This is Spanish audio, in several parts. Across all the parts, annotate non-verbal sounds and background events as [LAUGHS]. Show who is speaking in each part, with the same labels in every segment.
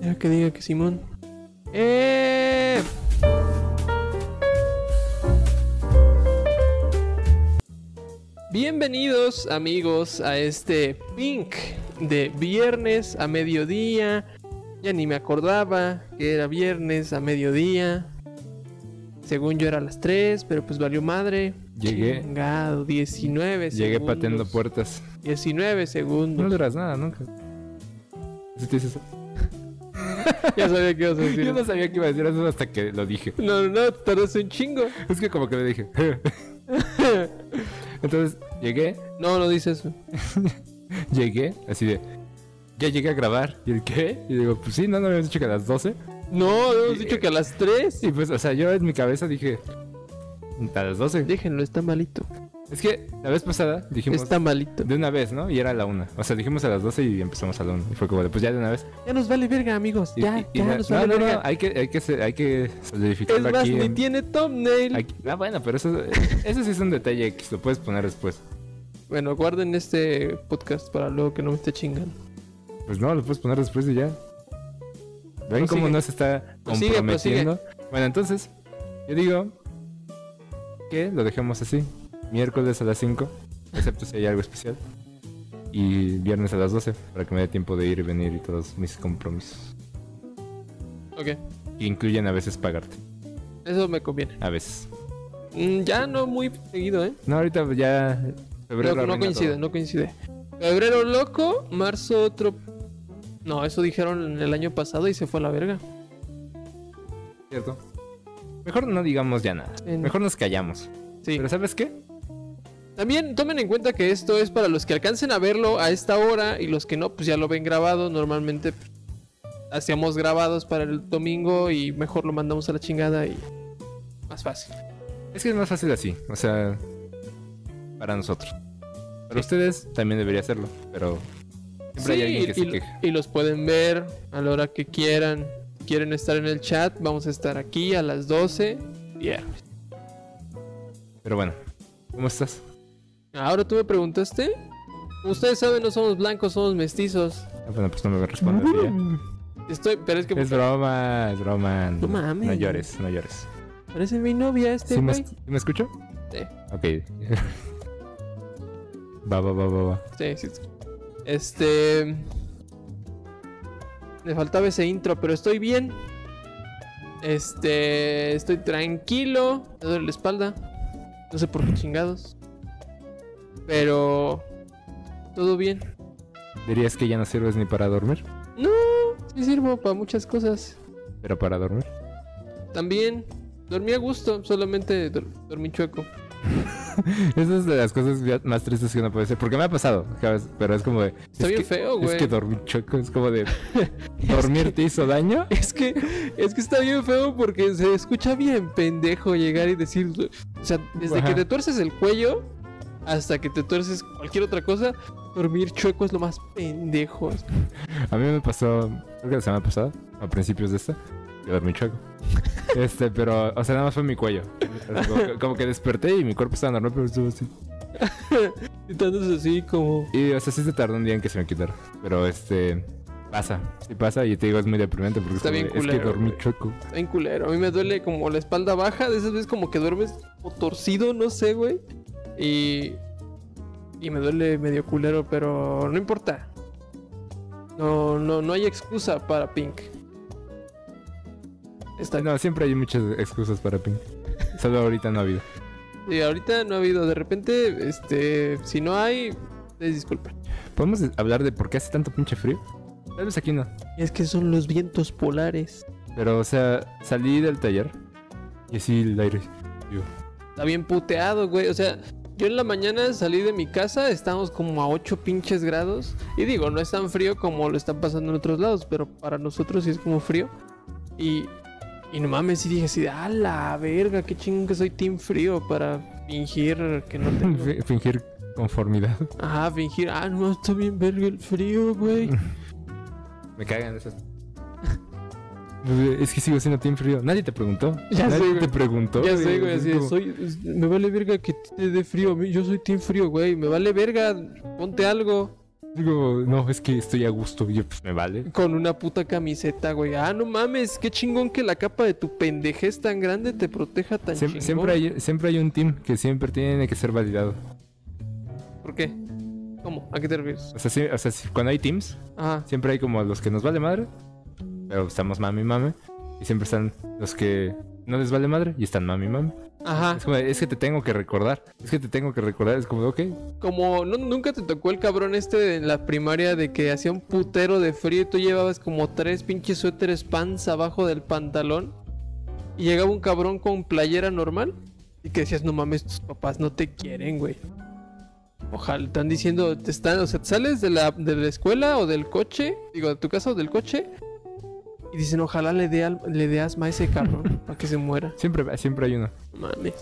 Speaker 1: Ya que diga que Simón. ¡Eh! Bienvenidos amigos a este Pink de viernes a mediodía. Ya ni me acordaba que era viernes a mediodía. Según yo era a las 3, pero pues valió madre.
Speaker 2: Llegué.
Speaker 1: Chingado, 19
Speaker 2: Llegué
Speaker 1: segundos.
Speaker 2: pateando puertas.
Speaker 1: 19
Speaker 2: No
Speaker 1: segundos.
Speaker 2: duras nada nunca. Así te dices,
Speaker 1: ya sabía que ibas a decir.
Speaker 2: Yo no sabía que iba a decir eso hasta que lo dije.
Speaker 1: No, no, tardaste un
Speaker 2: [LAUGHS]
Speaker 1: chingo.
Speaker 2: Es que como que le dije. "Eh". Entonces llegué,
Speaker 1: No, no dice eso.
Speaker 2: llegué, así de. Ya llegué a grabar. ¿Y el qué? Y digo, pues sí, no, no habíamos dicho que a las 12.
Speaker 1: No, hemos
Speaker 2: eh,
Speaker 1: dicho que a las 3.
Speaker 2: Y pues, o sea, yo en mi cabeza dije. A las 12.
Speaker 1: Déjenlo, está malito.
Speaker 2: Es que la vez pasada dijimos.
Speaker 1: Está malito.
Speaker 2: De una vez, ¿no? Y era a la una. O sea, dijimos a las 12 y empezamos a la una. Y fue como, de, pues ya de una vez.
Speaker 1: Ya nos vale verga, amigos.
Speaker 2: Y-
Speaker 1: Ya,
Speaker 2: y- y
Speaker 1: ya
Speaker 2: la-
Speaker 1: nos
Speaker 2: no,
Speaker 1: vale
Speaker 2: no, no,
Speaker 1: verga.
Speaker 2: hay que, hay que, ser- hay que
Speaker 1: es
Speaker 2: solidificarlo
Speaker 1: más,
Speaker 2: aquí.
Speaker 1: ni
Speaker 2: en-
Speaker 1: tiene thumbnail.
Speaker 2: Aquí- ah, bueno, pero eso, eso sí es un detalle X, lo puedes poner después.
Speaker 1: Bueno, guarden este podcast para luego que no me esté chingando.
Speaker 2: Pues no, lo puedes poner después y ya. ¿Ven
Speaker 1: Prosigue.
Speaker 2: cómo no se está
Speaker 1: Prosigue,
Speaker 2: comprometiendo? Bueno, entonces, yo digo que lo dejemos así. Miércoles a las 5, excepto si hay algo especial. Y viernes a las 12, para que me dé tiempo de ir y venir y todos mis compromisos.
Speaker 1: Ok,
Speaker 2: Que incluyen a veces pagarte,
Speaker 1: eso me conviene.
Speaker 2: a veces.
Speaker 1: Mm, ya no muy seguido, ¿eh?
Speaker 2: No, ahorita ya... febrero
Speaker 1: no, no
Speaker 2: arruina
Speaker 1: coincide,
Speaker 2: todo.
Speaker 1: no coincide. Febrero loco, marzo otro. No, eso dijeron el año pasado y se fue a la verga.
Speaker 2: ¿Cierto? Mejor no digamos ya nada.
Speaker 1: Sí, no.
Speaker 2: Mejor nos callamos.
Speaker 1: Sí.
Speaker 2: Pero ¿sabes qué?
Speaker 1: También tomen en cuenta que esto es para los que alcancen a verlo a esta hora y los que no, pues ya lo ven grabado. Normalmente pues, hacíamos grabados para el domingo y mejor lo mandamos a la chingada y más fácil.
Speaker 2: Es que es más fácil así, o sea, para nosotros. Para
Speaker 1: Sí.
Speaker 2: ustedes también debería hacerlo, pero siempre hay
Speaker 1: Sí,
Speaker 2: alguien que
Speaker 1: y,
Speaker 2: se queja.
Speaker 1: y los pueden ver a la hora que quieran. Si quieren estar en el chat, vamos a estar aquí a las 12. Viernes.
Speaker 2: Pero bueno, ¿cómo estás?
Speaker 1: Ahora tú me preguntaste. Como Ustedes saben, no somos blancos, somos mestizos.
Speaker 2: Ah, bueno, pues no me respondas. y ya.
Speaker 1: Estoy, pero es que
Speaker 2: Es broma, es broma.
Speaker 1: No mames.
Speaker 2: No llores, no llores.
Speaker 1: parece mi novia este
Speaker 2: ¿Sí me,
Speaker 1: güey.
Speaker 2: esc- sí me escucho?
Speaker 1: Sí.
Speaker 2: Ok. [LAUGHS] va, va, va, va, va.
Speaker 1: Sí, sí. sí. Este. Me faltaba ese intro, pero estoy bien. Este. Estoy tranquilo. Me duele la espalda. No sé por qué chingados. Pero. Todo bien.
Speaker 2: Dirías que ya no sirves ni para dormir,
Speaker 1: No, sí sirvo para muchas cosas.
Speaker 2: pero para dormir.
Speaker 1: También. Dormí a gusto, solamente dor- dormí chueco.
Speaker 2: Esa es de las cosas ya- más tristes que uno puede hacer, porque me ha pasado, ¿sabes? Pero es como de...
Speaker 1: Está
Speaker 2: es
Speaker 1: bien
Speaker 2: que-
Speaker 1: feo, güey.
Speaker 2: Es que dormir choco, es
Speaker 1: [LAUGHS]
Speaker 2: como de... ¿Dormir te hizo daño?
Speaker 1: Es que, es que está bien feo porque se escucha bien pendejo llegar y decir, o sea, desde
Speaker 2: Ajá.
Speaker 1: que te tuerces el cuello hasta que te tuerces cualquier otra cosa, dormir chueco es lo más pendejo.
Speaker 2: A mí me pasó, creo que la semana pasada, a principios de esta, yo
Speaker 1: [LAUGHS]
Speaker 2: dormí chueco. Este, pero, o sea, nada más fue mi cuello. O sea, Como, que- como que desperté y mi cuerpo estaba normal, pero estuvo así.
Speaker 1: Y tanto es así como...
Speaker 2: Y, o sea, sí se tardó un día en que se me quitara. Pero, este, pasa. Sí pasa y te digo, es muy deprimente porque es
Speaker 1: Está
Speaker 2: como
Speaker 1: bien
Speaker 2: de, es que
Speaker 1: culero,
Speaker 2: dormí
Speaker 1: güey.
Speaker 2: chueco.
Speaker 1: Está bien culero. A mí me duele como la espalda baja. De esas veces como que duermes o torcido, no sé, güey. Y. Y me duele medio culero, pero no importa. No, no, no hay excusa para Pink. Está.
Speaker 2: No, siempre hay muchas excusas para Pink. Solo ahorita no ha habido.
Speaker 1: Y ahorita no ha habido. De repente, este. Si no hay, les disculpen.
Speaker 2: ¿Podemos hablar de por qué hace tanto pinche frío? Tal vez aquí no.
Speaker 1: Es que son los vientos polares.
Speaker 2: Pero, o sea, salí del taller y así el aire.
Speaker 1: Está bien puteado, güey. O sea, yo en la mañana salí de mi casa, estábamos como a 8 pinches grados. Y digo, no es tan frío como lo están pasando en otros lados, pero para nosotros sí es como frío. Y, y no mames, sí dije así, de, a la verga, qué chingo que soy team frío para fingir que no
Speaker 2: [LAUGHS]
Speaker 1: tengo.
Speaker 2: Fi- Fingir conformidad.
Speaker 1: Ajá, fingir, ah, no, está bien verga el frío, güey.
Speaker 2: Me cagan esas. Pues, Es que sigo siendo team frío. Nadie te preguntó.
Speaker 1: Ya sé,
Speaker 2: Nadie
Speaker 1: güey.
Speaker 2: te preguntó.
Speaker 1: Ya sé, güey, así
Speaker 2: es
Speaker 1: de, soy, es- me vale verga que te dé frío, a mí- yo soy team frío, güey, me vale verga, ponte algo.
Speaker 2: Digo, no, es que estoy a gusto. Yo, pues me vale.
Speaker 1: Con una puta camiseta, güey. Ah, no mames, qué chingón que la capa de tu pendejez tan grande te proteja tan
Speaker 2: Siem-
Speaker 1: chingón.
Speaker 2: siempre, hay, siempre hay un team que siempre tiene que ser validado.
Speaker 1: ¿Por qué? ¿Cómo? ¿A qué te refieres? Ah,
Speaker 2: O sea, sí- o sea, sí, cuando hay teams,
Speaker 1: Ajá.
Speaker 2: siempre hay como los que nos vale madre, pero estamos mami mame. Y siempre están los que no les vale madre y están mami mame.
Speaker 1: Ajá.
Speaker 2: Es como, es que te tengo que recordar. Es que te tengo que recordar. Es como, ok.
Speaker 1: Como ¿nu- nunca te tocó el cabrón este en la primaria de que hacía un putero de frío y tú llevabas como tres pinches suéteres pants abajo del pantalón y llegaba un cabrón con playera normal y que decías, no mames, tus papás no te quieren, güey. Ojalá, están diciendo, te están, o sea, te sales de la, de la escuela o del coche, digo, de tu casa o del coche y dicen, ojalá le dé, al- le dé asma a ese cabrón para que se muera.
Speaker 2: Siempre, siempre hay uno.
Speaker 1: No Mames.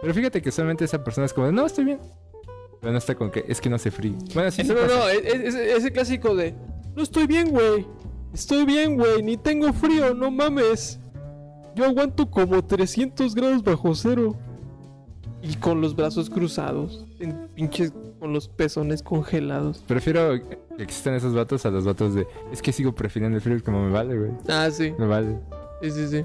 Speaker 2: Pero fíjate que solamente esa persona es como, no, estoy bien. Pero no está con que, es que no hace frío. Bueno, sí,
Speaker 1: No, no, no, es- es- es- ese clásico de No estoy bien, güey Estoy bien, güey, ni tengo frío, no mames Yo aguanto como 300 grados bajo cero Y con los brazos cruzados en pinches, con los pezones congelados
Speaker 2: Prefiero que existan esos vatos a los vatos de, es que sigo prefiriendo el frío como me vale, güey.
Speaker 1: Ah, sí,
Speaker 2: Me vale.
Speaker 1: sí, sí, sí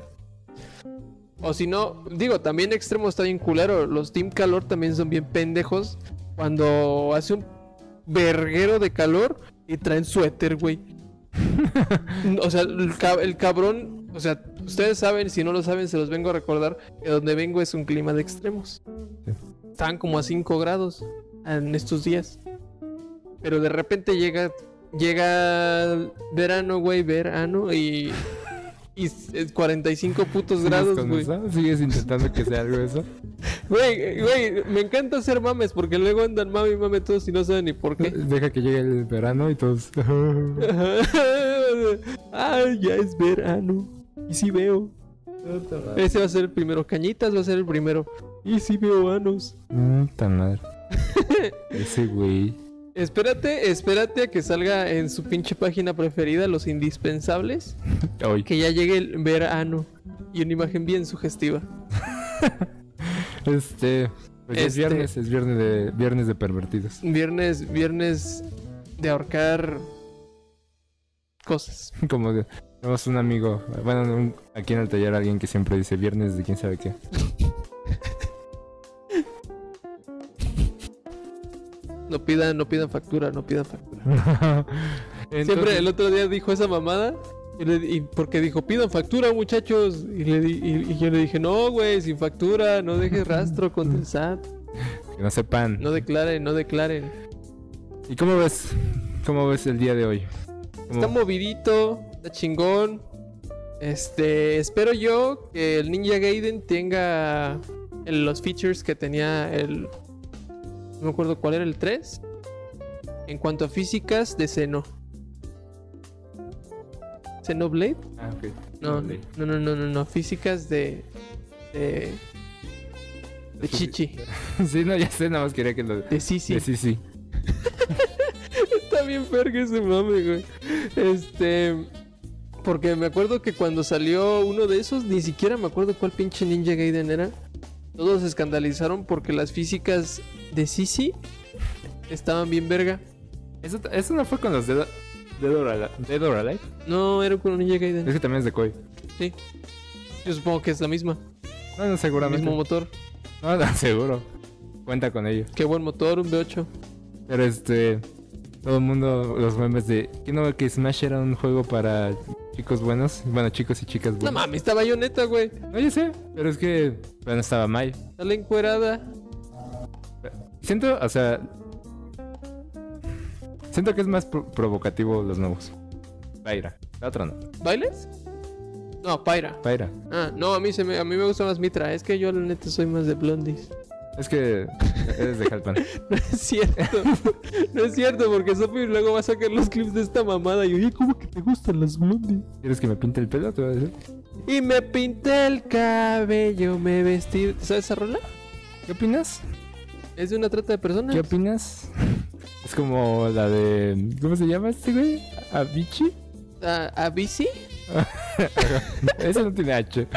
Speaker 1: O si no, digo, también extremo está bien culero Los Team Calor también son bien pendejos Cuando hace un verguero de calor y traen suéter,
Speaker 2: [LAUGHS]
Speaker 1: güey. o sea, el, ca- el cabrón, o sea, ustedes saben, si no lo saben, se los vengo a recordar, que donde vengo es un clima de extremos.
Speaker 2: Sí.
Speaker 1: Están como a 5 grados en estos días. Pero de repente llega llega el verano, güey, verano y y es 45 putos grados,
Speaker 2: ¿Sigues con
Speaker 1: güey.
Speaker 2: eso? ¿Sigues intentando que sea algo
Speaker 1: [LAUGHS]
Speaker 2: de eso?
Speaker 1: Güey, güey, me encanta hacer mames porque luego andan mami mame todos y no saben ni por qué. [LAUGHS]
Speaker 2: Deja que llegue el verano y todos... [LAUGHS] Pero
Speaker 1: ah, ya es verano. Y sí veo. Ese va a ser el primero. Cañitas va a ser el primero. Y sí veo anos.
Speaker 2: tan Mm, madre. [LAUGHS] Ese güey.
Speaker 1: Espérate, espérate a que salga en su pinche página preferida los indispensables.
Speaker 2: Ay,
Speaker 1: Que ya llegue el verano. Y una imagen bien sugestiva.
Speaker 2: Este... pues ya Es
Speaker 1: Este-
Speaker 2: viernes, es viernes de, viernes de pervertidos. [LAUGHS]
Speaker 1: Viernes, viernes de ahorcar cosas.
Speaker 2: Como de- tenemos un amigo, bueno, un- aquí en el taller alguien que siempre dice viernes de quién sabe [LAUGHS] qué.
Speaker 1: No pidan, no pidan factura, no pidan factura. Siempre
Speaker 2: Entonces-
Speaker 1: el otro día dijo esa mamada. y le di- y porque dijo, pidan factura, muchachos. Y, le di- y- y yo le dije, no, güey, sin factura, no dejes rastro contra el SAT.
Speaker 2: Que no sepan.
Speaker 1: No declaren, no declaren.
Speaker 2: ¿Y cómo ves? ¿Cómo ves el día de hoy? ¿Cómo-
Speaker 1: Está movidito, está chingón. Este, espero yo que el Ninja Gaiden tenga el- los features que tenía el. No me acuerdo cuál era el 3. En cuanto a físicas de Xeno. ¿Xenoblade?
Speaker 2: Ah, ok. [LAUGHS]
Speaker 1: No,
Speaker 2: Vale.
Speaker 1: no, no, no, no, no. Físicas de. de. de chichi.
Speaker 2: Sí, no, ya sé, nada más quería que lo...
Speaker 1: De sisi.
Speaker 2: Sí, sí, sí.
Speaker 1: Está bien verga ese mame, güey. Este. Porque me acuerdo que cuando salió uno de esos, ni siquiera me acuerdo cuál pinche Ninja Gaiden era. Todos se escandalizaron porque las físicas de Sisi estaban bien verga.
Speaker 2: Eso, eso no fue con los dedos... Dead or Alive. Dead or Alive.
Speaker 1: No, era con un Ninja
Speaker 2: ¿eh? Es
Speaker 1: Gaiden.
Speaker 2: que también es de Koi.
Speaker 1: Sí. Yo supongo que es la misma.
Speaker 2: No, no,
Speaker 1: El
Speaker 2: seguramente.
Speaker 1: mismo motor.
Speaker 2: No, no, seguro. Cuenta con ello.
Speaker 1: Qué buen motor, un V8.
Speaker 2: Pero este... Todo el mundo, los memes de... ¿Qué no que Smash era un juego para chicos buenos? Bueno, chicos y chicas
Speaker 1: No
Speaker 2: buenas.
Speaker 1: mames, está bayoneta, güey.
Speaker 2: No, ya sé. Pero es que... Bueno, estaba Mai.
Speaker 1: Sale encuerada.
Speaker 2: Siento, o sea... Siento que es más pro- provocativo los nuevos. Paira. La otra no.
Speaker 1: ¿Bailes? No, Pyra.
Speaker 2: Paira.
Speaker 1: Ah, no, a mí, se me, a mí me gusta más Mitra. Es que yo, la neta, soy más de Blondies.
Speaker 2: Es que eres de Jalpan.
Speaker 1: [LAUGHS] No es cierto. no es cierto, porque Sophie luego va a sacar los clips de esta mamada. Y oye, ¿cómo que te gustan las blondies?
Speaker 2: ¿Quieres que me pinte el pelo? Te voy a decir.
Speaker 1: Y me pinté el cabello, me vestí. ¿Sabes esa rola?
Speaker 2: ¿Qué opinas?
Speaker 1: Es de una trata de personas.
Speaker 2: ¿Qué opinas? Es como la de... ¿Cómo se llama este güey? ¿Avicii? [LAUGHS]
Speaker 1: Ah, ¿A, a bici?
Speaker 2: Eso no tiene H.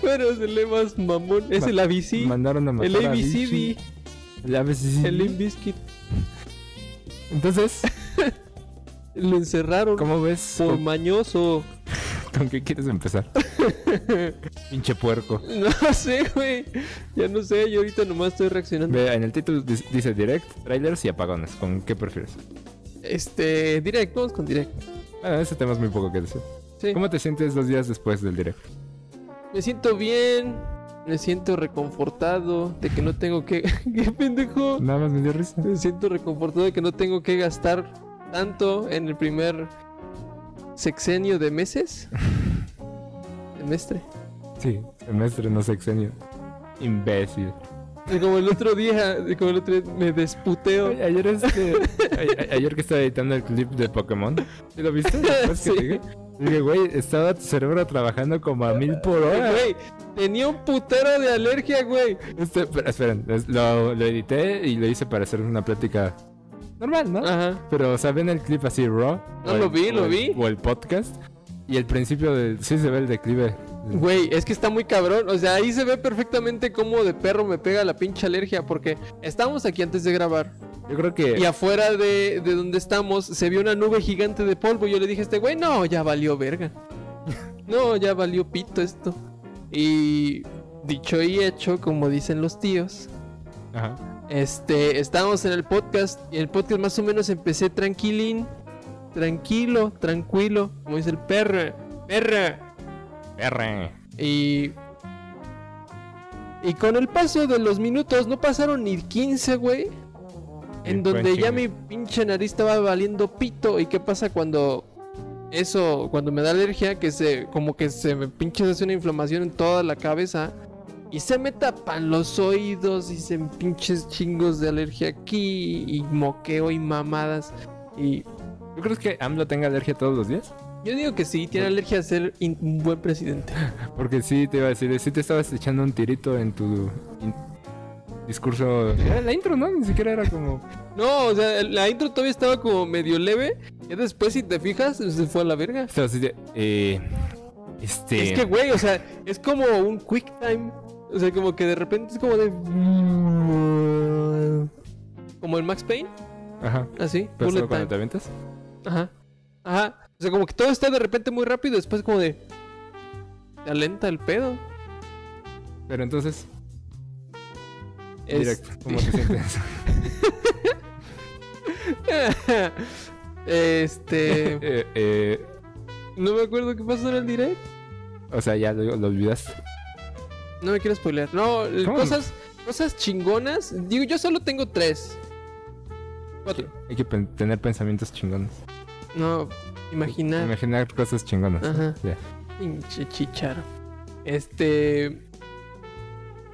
Speaker 1: Pero se lee más mamón. Es
Speaker 2: Ma-
Speaker 1: el ABC.
Speaker 2: Mandaron a matar
Speaker 1: El
Speaker 2: a Avicii.
Speaker 1: ABCD.
Speaker 2: El ABCD.
Speaker 1: El Limp Bizkit.
Speaker 2: Entonces,
Speaker 1: Lo encerraron
Speaker 2: ¿cómo ves?
Speaker 1: por
Speaker 2: ¿Con,
Speaker 1: mañoso.
Speaker 2: con qué
Speaker 1: [LAUGHS]
Speaker 2: quieres empezar? Pinche puerco.
Speaker 1: No [LAUGHS] sé, güey. Ya no sé, yo ahorita nomás estoy reaccionando.
Speaker 2: Ve, en el título dis- dice direct, trailers y apagones. ¿Con qué prefieres?
Speaker 1: Este, direct, vamos con direct.
Speaker 2: Bueno, ese tema es muy poco que decir.
Speaker 1: Sí.
Speaker 2: ¿Cómo te sientes dos días después del direct?
Speaker 1: Me siento bien, me siento reconfortado de que no tengo que. [LAUGHS] ¡Qué pendejo!
Speaker 2: Nada más me dio risa.
Speaker 1: Me siento reconfortado de que no tengo que gastar tanto en el primer sexenio de
Speaker 2: [LAUGHS]
Speaker 1: meses. Semestre.
Speaker 2: Sí, semestre, no sexenio. Imbécil.
Speaker 1: Y como el otro día, y como el otro día me desputeo. [LAUGHS]
Speaker 2: Ayer, este, a- a- ayer que estaba editando el clip de Pokémon, ¿sí ¿lo viste? Después que
Speaker 1: Sí.
Speaker 2: llegué, Dije, güey, estaba tu cerebro trabajando como a mil por hora.
Speaker 1: Güey, tenía un putero de alergia, güey.
Speaker 2: Este, pero esperen, es- lo, lo edité y lo hice para hacer una plática normal, ¿no?
Speaker 1: Ajá.
Speaker 2: Pero, o sea, ven el clip así raw.
Speaker 1: No,
Speaker 2: O el-
Speaker 1: Ah. lo vi, lo
Speaker 2: o el-
Speaker 1: vi.
Speaker 2: O el podcast. Y el principio del. Sí, se ve el declive.
Speaker 1: Güey, es que está muy cabrón. O sea, ahí se ve perfectamente cómo de perro me pega la pinche alergia. Porque estábamos aquí antes de grabar.
Speaker 2: Yo creo que.
Speaker 1: Y afuera de, de donde estamos se vio una nube gigante de polvo. Yo le dije a este güey, no, ya valió verga. No, ya valió pito esto. Y dicho y hecho, como dicen los tíos,
Speaker 2: Ajá.
Speaker 1: este, estábamos en el podcast. Y el podcast más o menos empecé tranquilín. Tranquilo, tranquilo. Como dice el perro. Perra.
Speaker 2: Perre.
Speaker 1: Y. Y con el paso de los minutos, no pasaron ni 15, güey. En
Speaker 2: Y
Speaker 1: donde
Speaker 2: fue
Speaker 1: ya
Speaker 2: en
Speaker 1: mi pinche nariz estaba valiendo pito. ¿Y qué pasa cuando eso, cuando me da alergia? Que se, como que se me pinche hace una inflamación en toda la cabeza. Y se me tapan los oídos y se me pinches chingos de alergia aquí. Y moqueo y mamadas. Y
Speaker 2: ¿Tú crees que AMLO tenga alergia todos los días?
Speaker 1: yo digo que sí, tiene alergia a ser in- un buen presidente.
Speaker 2: Porque sí, te iba a decir, sí te estabas echando un tirito en tu in- discurso. Era la intro, ¿no? Ni siquiera era como.
Speaker 1: No, o sea, la intro todavía estaba como medio leve. Y después, si te fijas, se fue a la verga.
Speaker 2: Estabas así de. Eh, este.
Speaker 1: Es que, güey, o sea, es como un quick time. O sea, como que de repente es como de. Como el Max Payne,
Speaker 2: Ajá.
Speaker 1: así.
Speaker 2: ¿Pero
Speaker 1: bullet
Speaker 2: solo cuando te
Speaker 1: time.
Speaker 2: avientas?
Speaker 1: Ajá. Ajá. O sea, como que todo está de repente muy rápido. y Después, como de. Te alenta el pedo.
Speaker 2: Pero entonces,
Speaker 1: Es-
Speaker 2: directo. ¿Cómo te sientes?
Speaker 1: [LAUGHS] este.
Speaker 2: Eh, eh,
Speaker 1: No me acuerdo qué pasó en el direct.
Speaker 2: o sea, ya lo, lo olvidaste.
Speaker 1: No me quiero spoiler. No, el-
Speaker 2: ¿Cómo?
Speaker 1: cosas, cosas chingonas. Digo, yo solo tengo tres. Cuatro.
Speaker 2: Hay que pen- tener pensamientos chingones.
Speaker 1: No, imaginar.
Speaker 2: Imaginar cosas chingonas. ¿no?
Speaker 1: Ajá.
Speaker 2: Ya.
Speaker 1: Pinche chicharo. Este.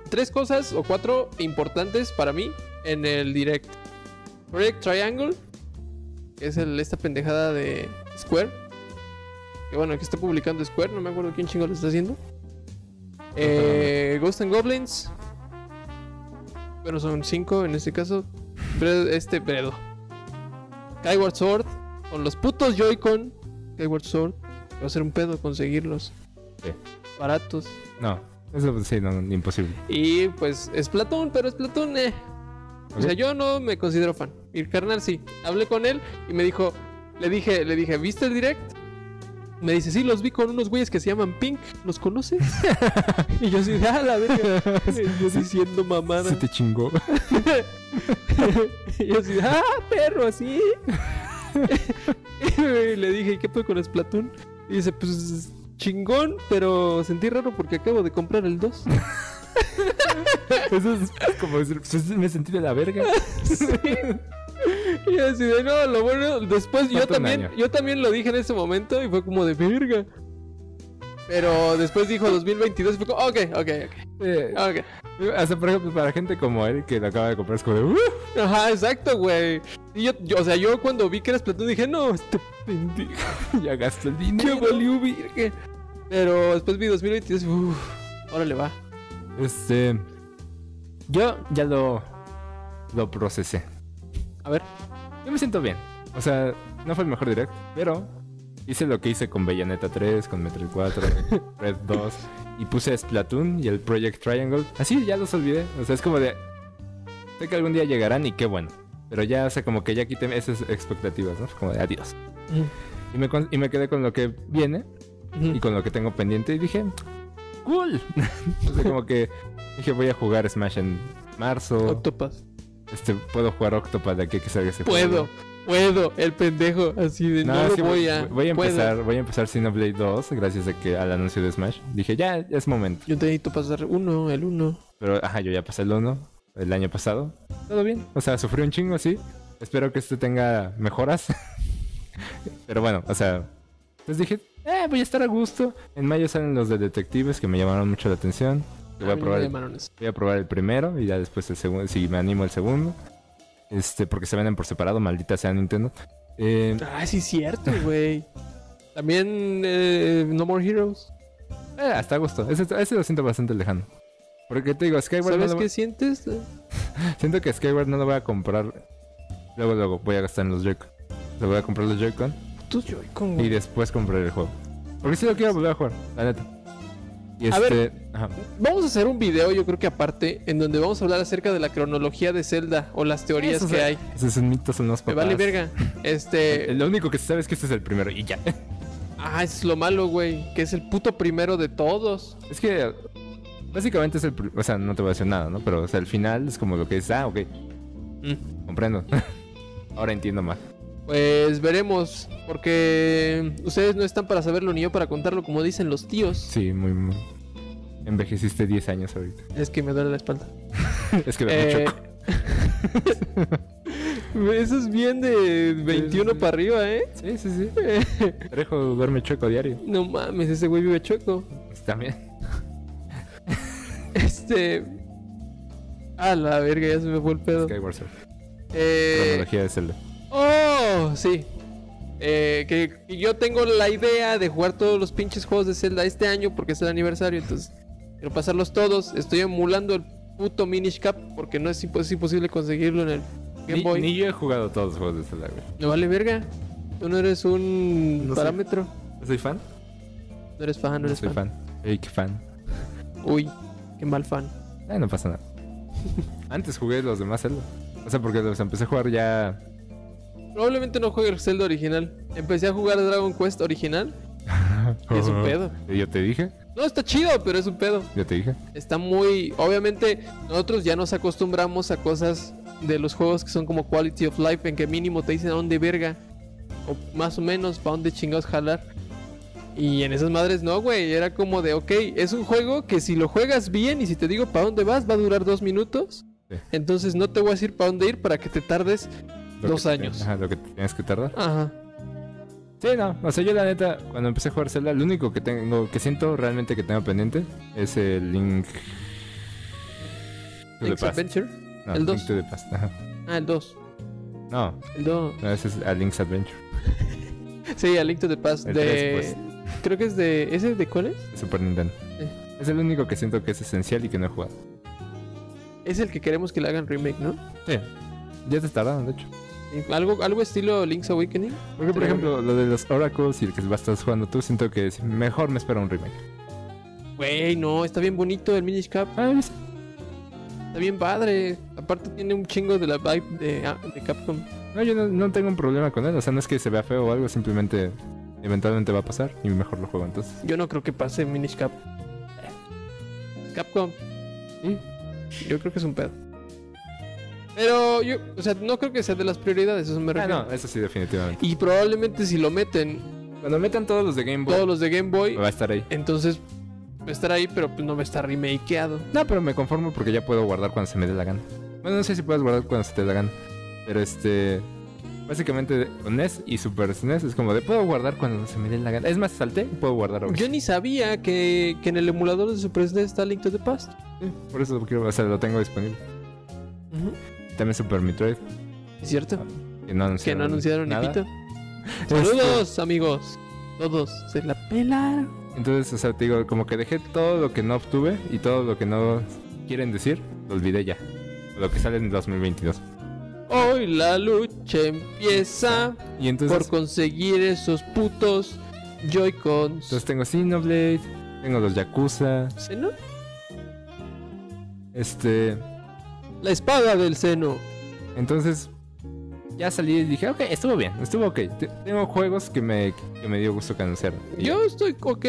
Speaker 1: Tres cosas o cuatro importantes para mí en el direct. Project Triangle. Que es el, esta pendejada de Square. Que bueno, que está publicando Square. No me acuerdo quién chingo lo está haciendo. Eh, Ghost and Goblins. Bueno, son cinco en este caso. Bre- este Bredo. Skyward Sword. Con los putos Joy-Con. Skyward Sword. Va a ser un pedo conseguirlos.
Speaker 2: Sí.
Speaker 1: Baratos.
Speaker 2: No, eso pues, sí, no, no, imposible.
Speaker 1: Y pues es Platón, pero es Platón, eh. O
Speaker 2: Ok.
Speaker 1: sea, yo no me considero fan. Mi carnal sí. Hablé con él y me dijo, le dije, le dije, ¿viste el direct? Me dice, sí, los vi con unos güeyes que se llaman Pink, ¿los
Speaker 2: [LAUGHS]
Speaker 1: conoces? y yo así, de, ah, la verga. Y yo diciendo mamada.
Speaker 2: Se te chingó.
Speaker 1: [LAUGHS]
Speaker 2: [LAUGHS]
Speaker 1: y yo así, ah, perro,
Speaker 2: [LAUGHS]
Speaker 1: así. [LAUGHS] y le dije, ¿y qué fue con Splatoon? Y dice, pues chingón, pero sentí raro porque acabo de comprar el 2.
Speaker 2: Eso es como decir, pues, me sentí de la verga.
Speaker 1: Sí. [LAUGHS] Y yo así de no, lo bueno, después yo
Speaker 2: Falta un
Speaker 1: también,
Speaker 2: año.
Speaker 1: yo también lo dije en ese momento y fue como de verga. Pero después dijo 2022 y fue como, ok, ok, ok,
Speaker 2: Eh,
Speaker 1: ok.
Speaker 2: hasta por ejemplo, para gente como él que lo acaba de comprar, es como de. "Uh".
Speaker 1: Ajá, exacto, güey. Y yo, yo- o sea, yo cuando vi que eras Platón dije, no, este pendejo,
Speaker 2: ya gastó el
Speaker 1: ya
Speaker 2: dinero.
Speaker 1: valió virgen. Pero después vi 2022 y fue, uff, órale va.
Speaker 2: Este. Yo ya lo. Lo procesé.
Speaker 1: A ver,
Speaker 2: Yo me siento bien. O sea, no fue el mejor direct, pero hice lo que hice con Bayonetta 3, con Metroid 4, Red 2. Y puse Splatoon y el Project Triangle. Así ya los olvidé. O sea, es como de. Sé que algún día llegarán y qué bueno. Pero ya, o sea, como que ya quité esas expectativas, ¿no? Fue Como de adiós. Y me, con- y me quedé con lo que viene
Speaker 1: Ujú.
Speaker 2: Mm, y con lo que tengo pendiente y dije, cool. [LAUGHS] o sea, como que dije, voy a jugar Smash en marzo.
Speaker 1: Octopath.
Speaker 2: Este, puedo jugar Octopath de aquí a que salga ese
Speaker 1: Puedo,
Speaker 2: juego.
Speaker 1: puedo, el pendejo, así de no, lo
Speaker 2: sí,
Speaker 1: voy a.
Speaker 2: voy a
Speaker 1: puedo.
Speaker 2: empezar, voy a empezar Xenoblade 2 gracias a que al anuncio de Smash. Dije, ya es momento.
Speaker 1: Yo necesito pasar uno, el uno.
Speaker 2: Pero ajá, yo ya pasé el 1 el año pasado. Todo bien. O sea, sufrí un chingo, sí. Espero que este tenga mejoras. [LAUGHS] Pero bueno, o sea. Entonces dije, eh, voy a estar a gusto. En mayo salen los de detectives que me llamaron mucho la atención. Que voy
Speaker 1: A
Speaker 2: a
Speaker 1: mí no
Speaker 2: probar
Speaker 1: me
Speaker 2: el
Speaker 1: llamaron eso.
Speaker 2: Voy a probar el primero y ya después el segundo, si me animo el segundo. Este, porque se venden por separado, maldita sea Nintendo. Eh,
Speaker 1: Ah, sí,
Speaker 2: [LAUGHS]
Speaker 1: cierto, güey. También eh, No More Heroes.
Speaker 2: eh, hasta agosto. Ese, ese lo siento bastante lejano. Porque te digo, Skyward no
Speaker 1: ¿Sabes
Speaker 2: lo-
Speaker 1: qué sientes?
Speaker 2: siento que Skyward no lo voy a comprar. Luego, luego, voy a gastar en los Joy-Con. Lo voy a comprar los Joy-Con
Speaker 1: Tus Joy-Con,
Speaker 2: y
Speaker 1: güey.
Speaker 2: después compraré el juego. Porque si lo quiero volver a jugar, la neta. Y
Speaker 1: A
Speaker 2: este.
Speaker 1: ver.
Speaker 2: ajá.
Speaker 1: Vamos a hacer un video, yo creo que aparte, en donde vamos a hablar acerca de la cronología de Zelda o las teorías
Speaker 2: Eso, o
Speaker 1: que
Speaker 2: sea,
Speaker 1: hay.
Speaker 2: Esos son mitos, son los
Speaker 1: Me
Speaker 2: papás.
Speaker 1: vale verga.
Speaker 2: [LAUGHS]
Speaker 1: Este.
Speaker 2: Lo único que se sabe es que este es el primero y ya. [LAUGHS]
Speaker 1: Ah, es lo malo, güey. Que es el puto primero de todos.
Speaker 2: Es que básicamente es el... pr- O sea, no te voy a decir nada, ¿no? Pero o sea, al final es como lo que es... Ah, ok,
Speaker 1: Mm.
Speaker 2: comprendo. [LAUGHS] Ahora entiendo más.
Speaker 1: Pues veremos. Porque ustedes no están para saberlo ni yo para contarlo, como dicen los tíos.
Speaker 2: Sí, muy... muy- Envejeciste 10 años ahorita.
Speaker 1: Es que me duele la espalda.
Speaker 2: Es que
Speaker 1: Eh,
Speaker 2: me
Speaker 1: [LAUGHS] Eso es bien de 21
Speaker 2: sí.
Speaker 1: para arriba, ¿eh?
Speaker 2: Sí, sí,
Speaker 1: [LAUGHS]
Speaker 2: sí. Trejo duerme chueco diario.
Speaker 1: No mames, ese güey vive chueco. [LAUGHS]
Speaker 2: También.
Speaker 1: Este. A la verga, ya se me fue el pedo.
Speaker 2: Skyward Sword.
Speaker 1: Eh,
Speaker 2: Cronología de Zelda.
Speaker 1: oh, sí. Eh, que, que yo tengo la idea de jugar todos los pinches juegos de Zelda este año porque es el aniversario, entonces quiero pasarlos todos. Estoy emulando el puto Minish Cap porque no es, impos- es imposible conseguirlo en el Game
Speaker 2: Ni,
Speaker 1: Boy.
Speaker 2: ni yo he jugado todos los juegos de Zelda, güey.
Speaker 1: Me vale verga. Tú no eres un
Speaker 2: No soy-
Speaker 1: parámetro.
Speaker 2: ¿No ¿Soy fan?
Speaker 1: No eres fan, no
Speaker 2: No
Speaker 1: eres
Speaker 2: soy
Speaker 1: fan.
Speaker 2: fan. Ey, qué fan.
Speaker 1: Uy, qué mal fan.
Speaker 2: Ay, no
Speaker 1: [LAUGHS]
Speaker 2: pasa nada. Antes jugué los demás Zelda. O sea, porque los empecé a jugar ya...
Speaker 1: Probablemente no juegue el Zelda original. Empecé a jugar Dragon Quest original. Y es un pedo.
Speaker 2: Yo te dije,
Speaker 1: No, está chido, pero es un pedo.
Speaker 2: yo te dije.
Speaker 1: Está muy... Obviamente nosotros ya nos acostumbramos a cosas de los juegos que son como Quality of Life, en que mínimo te dicen a dónde verga. O más o menos, para dónde chingados jalar. Y en esas madres no, güey. Era como de, ok, es un juego que si lo juegas bien y si te digo para dónde vas, va a durar dos minutos.
Speaker 2: Sí.
Speaker 1: Entonces no te voy a decir para dónde ir para que te tardes
Speaker 2: lo
Speaker 1: Dos
Speaker 2: que te-
Speaker 1: años.
Speaker 2: Ajá, lo que te tienes que tardar.
Speaker 1: Ajá.
Speaker 2: Sí, no. O sea, yo la neta, cuando empecé a jugar Zelda, lo único que tengo, que siento realmente que tengo pendiente es el Link. to the
Speaker 1: Link's
Speaker 2: Past.
Speaker 1: Adventure.
Speaker 2: No,
Speaker 1: el
Speaker 2: Link
Speaker 1: dos.
Speaker 2: to the Past, ajá.
Speaker 1: Ah, el 2.
Speaker 2: No,
Speaker 1: El 2.
Speaker 2: no, ese es a Link's Adventure.
Speaker 1: Sí, a Link to the Past.
Speaker 2: El
Speaker 1: de...
Speaker 2: tres, pues.
Speaker 1: Creo que es de... ¿Ese de cuál es?
Speaker 2: de Super Nintendo.
Speaker 1: Sí.
Speaker 2: Es el único que siento que es esencial y que no he jugado.
Speaker 1: Es el que queremos que le hagan remake, ¿no?
Speaker 2: Sí. Ya te tardaron, de hecho.
Speaker 1: Algo, algo estilo Link's Awakening.
Speaker 2: Porque, por
Speaker 1: Sí.
Speaker 2: ejemplo, lo de los Oracles y el que vas a estar jugando tú, siento que es mejor me espera un remake.
Speaker 1: Güey, no, está bien bonito el Minish Cap.
Speaker 2: Ah, ¿ves?
Speaker 1: Está bien padre. Aparte tiene un chingo de la vibe de, ah, de Capcom.
Speaker 2: No, yo no, no tengo un problema con él. O sea, no es que se vea feo o algo, simplemente eventualmente va a pasar y mejor lo juego entonces.
Speaker 1: Yo no creo que pase Minish Cap. Capcom.
Speaker 2: Sí.
Speaker 1: Yo creo que es un pedo. Pero yo, o sea, no creo que sea de las prioridades, eso me
Speaker 2: Ah,
Speaker 1: refiero.
Speaker 2: no, eso sí, definitivamente.
Speaker 1: Y probablemente si lo meten
Speaker 2: Cuando metan todos los de Game Boy,
Speaker 1: todos los de Game Boy,
Speaker 2: va a estar ahí.
Speaker 1: entonces va a estar ahí, pero pues, no va a estar remakeado.
Speaker 2: No, pero me conformo porque ya puedo guardar cuando se me dé la gana. Bueno, no sé si puedes guardar cuando se te dé la gana. Pero este. Básicamente, con NES y Super SNES es como de puedo guardar cuando se me dé la gana. Es más, salté y puedo guardar ahora.
Speaker 1: Yo ni sabía que, que en el emulador de Super SNES está Link to the Past.
Speaker 2: Por eso lo quiero, o sea, lo tengo disponible. También Super Metroid,
Speaker 1: ¿Es cierto?
Speaker 2: que Ah, no anunciaron.
Speaker 1: que no anunciaron ni
Speaker 2: nada.
Speaker 1: pito.
Speaker 2: Este,
Speaker 1: Saludos, amigos. Todos se la pelaron.
Speaker 2: Entonces, o sea, te digo, como que dejé todo lo que no obtuve y todo lo que no quieren decir, lo olvidé ya. Lo que sale en 2022.
Speaker 1: Hoy la lucha empieza
Speaker 2: Y entonces,
Speaker 1: por conseguir esos putos Joy-Cons.
Speaker 2: entonces tengo Xenoblade, tengo los Yakuza,
Speaker 1: ¿Seno?
Speaker 2: este...
Speaker 1: La espada del seno.
Speaker 2: Entonces, ya salí y dije, ok, estuvo bien, estuvo ok. Te- Tengo juegos que me, que me dio gusto que anunciaron. Y
Speaker 1: Yo estoy ok.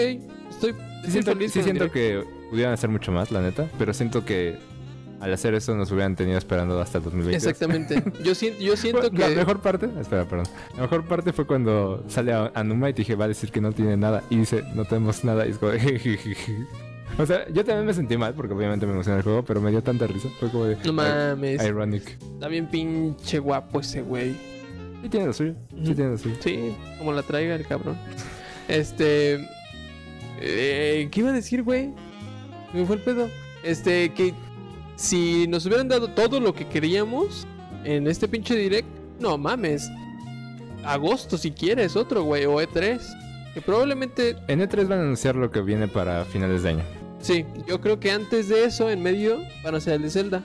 Speaker 1: Estoy
Speaker 2: sí siento,
Speaker 1: feliz
Speaker 2: sí
Speaker 1: con el direct.
Speaker 2: siento que pudieran hacer mucho más, la neta, pero siento que al hacer eso nos hubieran tenido esperando hasta el 2022.
Speaker 1: Exactamente. Yo siento, yo siento
Speaker 2: Bueno, [LAUGHS] La
Speaker 1: que.
Speaker 2: mejor parte, espera, perdón. La mejor parte fue cuando sale a- Anuma y te dije, va a decir que no tiene nada. Y dice, no tenemos nada. Y es como, [LAUGHS] jejeje. O sea, yo también me sentí mal porque obviamente me emociona el juego, pero me dio tanta risa. Fue como de.
Speaker 1: No mames.
Speaker 2: Ironic.
Speaker 1: Está bien pinche guapo ese güey.
Speaker 2: Sí, tiene lo suyo. Sí,
Speaker 1: Ujú.
Speaker 2: tiene lo suyo.
Speaker 1: Sí, como la traiga el cabrón. Este. eh, ¿Qué iba a decir, güey? Me fue el pedo. Este, que si nos hubieran dado todo lo que queríamos en este pinche direct, no mames. Agosto, si quieres, otro, güey, o E3. Que probablemente,
Speaker 2: En E3 van a anunciar lo que viene para finales de año.
Speaker 1: sí, yo creo que antes de eso, en medio, van a ser el de Zelda.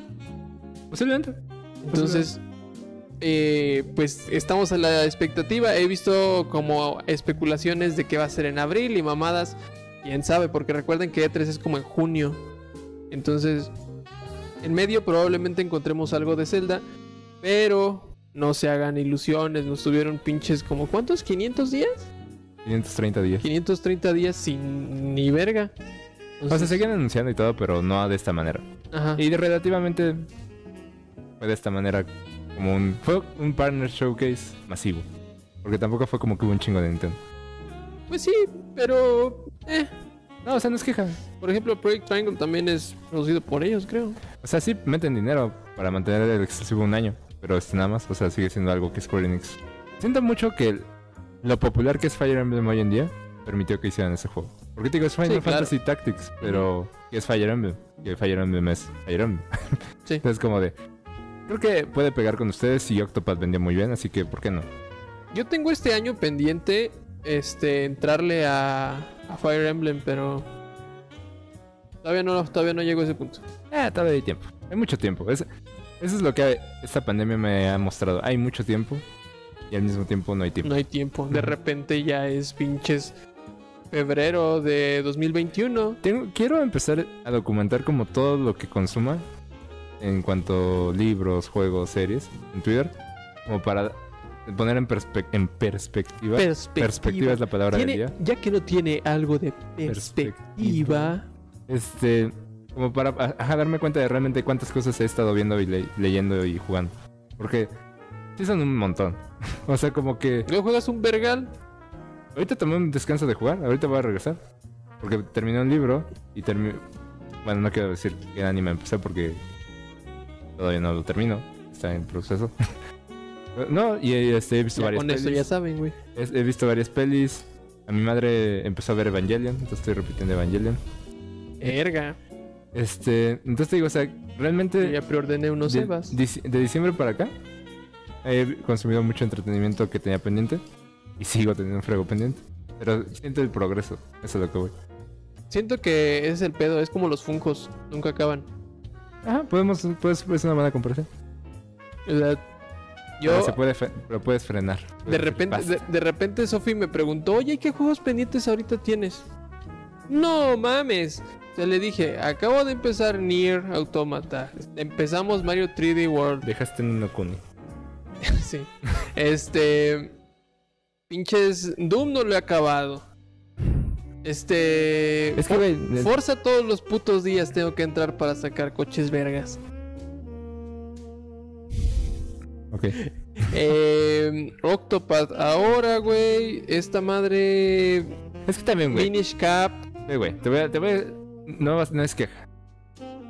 Speaker 2: Posiblemente.
Speaker 1: Entonces, eh, pues estamos a la expectativa. He visto como especulaciones de que va a ser en abril y mamadas. Quién sabe, porque recuerden que E3 es como en junio. Entonces, en medio probablemente encontremos algo de Zelda. Pero no se hagan ilusiones. Nos tuvieron pinches como, ¿cuántos? ¿500 días?
Speaker 2: 530 días.
Speaker 1: 530 días sin ni verga.
Speaker 2: O sea,
Speaker 1: Entonces, Ah.
Speaker 2: siguen anunciando y todo, pero no de esta manera.
Speaker 1: ajá.
Speaker 2: Y relativamente fue de esta manera como un fue un partner showcase masivo, porque tampoco fue como que hubo un chingo de Nintendo.
Speaker 1: Pues sí, pero... eh,
Speaker 2: No, o sea, no es queja.
Speaker 1: Por ejemplo, Project Triangle también es producido por ellos, creo.
Speaker 2: O sea, sí meten dinero para mantener el exclusivo un año, pero este nada más, o sea, sigue siendo algo que Square Enix. Siento mucho que el- lo popular que es Fire Emblem hoy en día permitió que hicieran ese juego. Porque te digo, es Final
Speaker 1: Sí, claro.
Speaker 2: Fantasy Tactics, pero que es Fire Emblem, que Fire Emblem es Fire Emblem. [LAUGHS]
Speaker 1: Sí.
Speaker 2: Entonces como de creo que puede pegar con ustedes y Octopath vendió muy bien, así que ¿por qué no?
Speaker 1: Yo tengo este año pendiente este entrarle a, a Fire Emblem, pero todavía no todavía no llego a ese punto.
Speaker 2: Ah, todavía hay tiempo. Hay mucho tiempo. Es- eso es lo que esta pandemia me ha mostrado. Hay mucho tiempo y al mismo tiempo no hay tiempo.
Speaker 1: No hay tiempo. De repente ya es pinches febrero de 2021.
Speaker 2: Tengo- quiero empezar a documentar como todo lo que consuma en cuanto libros, juegos, series en Twitter, como para poner en, perspe- en perspectiva.
Speaker 1: Perspectiva.
Speaker 2: Perspectiva es la palabra del
Speaker 1: Tiene-
Speaker 2: día.
Speaker 1: ya que no tiene algo de perspectiva,
Speaker 2: Este, como para ajá, darme cuenta de realmente cuántas cosas he estado viendo y le- leyendo y jugando. Porque sí son un montón. [LAUGHS] O sea, como que...
Speaker 1: luego juegas un vergal.
Speaker 2: Ahorita tomé un descanso de jugar, ahorita voy a regresar. Porque terminé un libro y terminé. Bueno, no quiero decir qué anime empecé porque todavía no lo termino. Está en proceso. [LAUGHS] no, y eh, este, he visto
Speaker 1: ya
Speaker 2: varias
Speaker 1: con eso ya
Speaker 2: pelis.
Speaker 1: saben, güey.
Speaker 2: Es- He visto varias pelis. A mi madre empezó a ver Evangelion, entonces estoy repitiendo Evangelion.
Speaker 1: Erga.
Speaker 2: Este, entonces te digo, o sea, realmente.
Speaker 1: Yo ya preordené unos
Speaker 2: de,
Speaker 1: Evas.
Speaker 2: dic- de diciembre para acá he consumido mucho entretenimiento que tenía pendiente y sigo teniendo un frego pendiente. Pero siento el progreso, eso es lo que voy.
Speaker 1: Siento que ese es el pedo, es como los funcos, nunca acaban.
Speaker 2: Ajá, podemos, pues, es una buena comparación.
Speaker 1: O sea,
Speaker 2: Pero,
Speaker 1: yo
Speaker 2: se puede fre- pero puedes frenar.
Speaker 1: De
Speaker 2: Puedes
Speaker 1: repente,
Speaker 2: decir,
Speaker 1: de, de repente Sofi me preguntó, oye, ¿qué juegos pendientes ahorita tienes? No mames. Te le dije, acabo de empezar Nier Automata. Empezamos Mario 3D
Speaker 2: "Basta,
Speaker 1: World. [LAUGHS]
Speaker 2: Dejaste en un Kuni.
Speaker 1: Eh, sí. Este. Pinches. Doom no lo he acabado. Este.
Speaker 2: Es que, güey,
Speaker 1: For- Forza todos los putos días tengo que entrar para sacar coches vergas.
Speaker 2: ok.
Speaker 1: Eh, Octopath ahora, güey. Esta madre.
Speaker 2: Es que también, güey.
Speaker 1: Minish Cap.
Speaker 2: eh, güey, te voy a. Te voy a- no, vas- no es queja.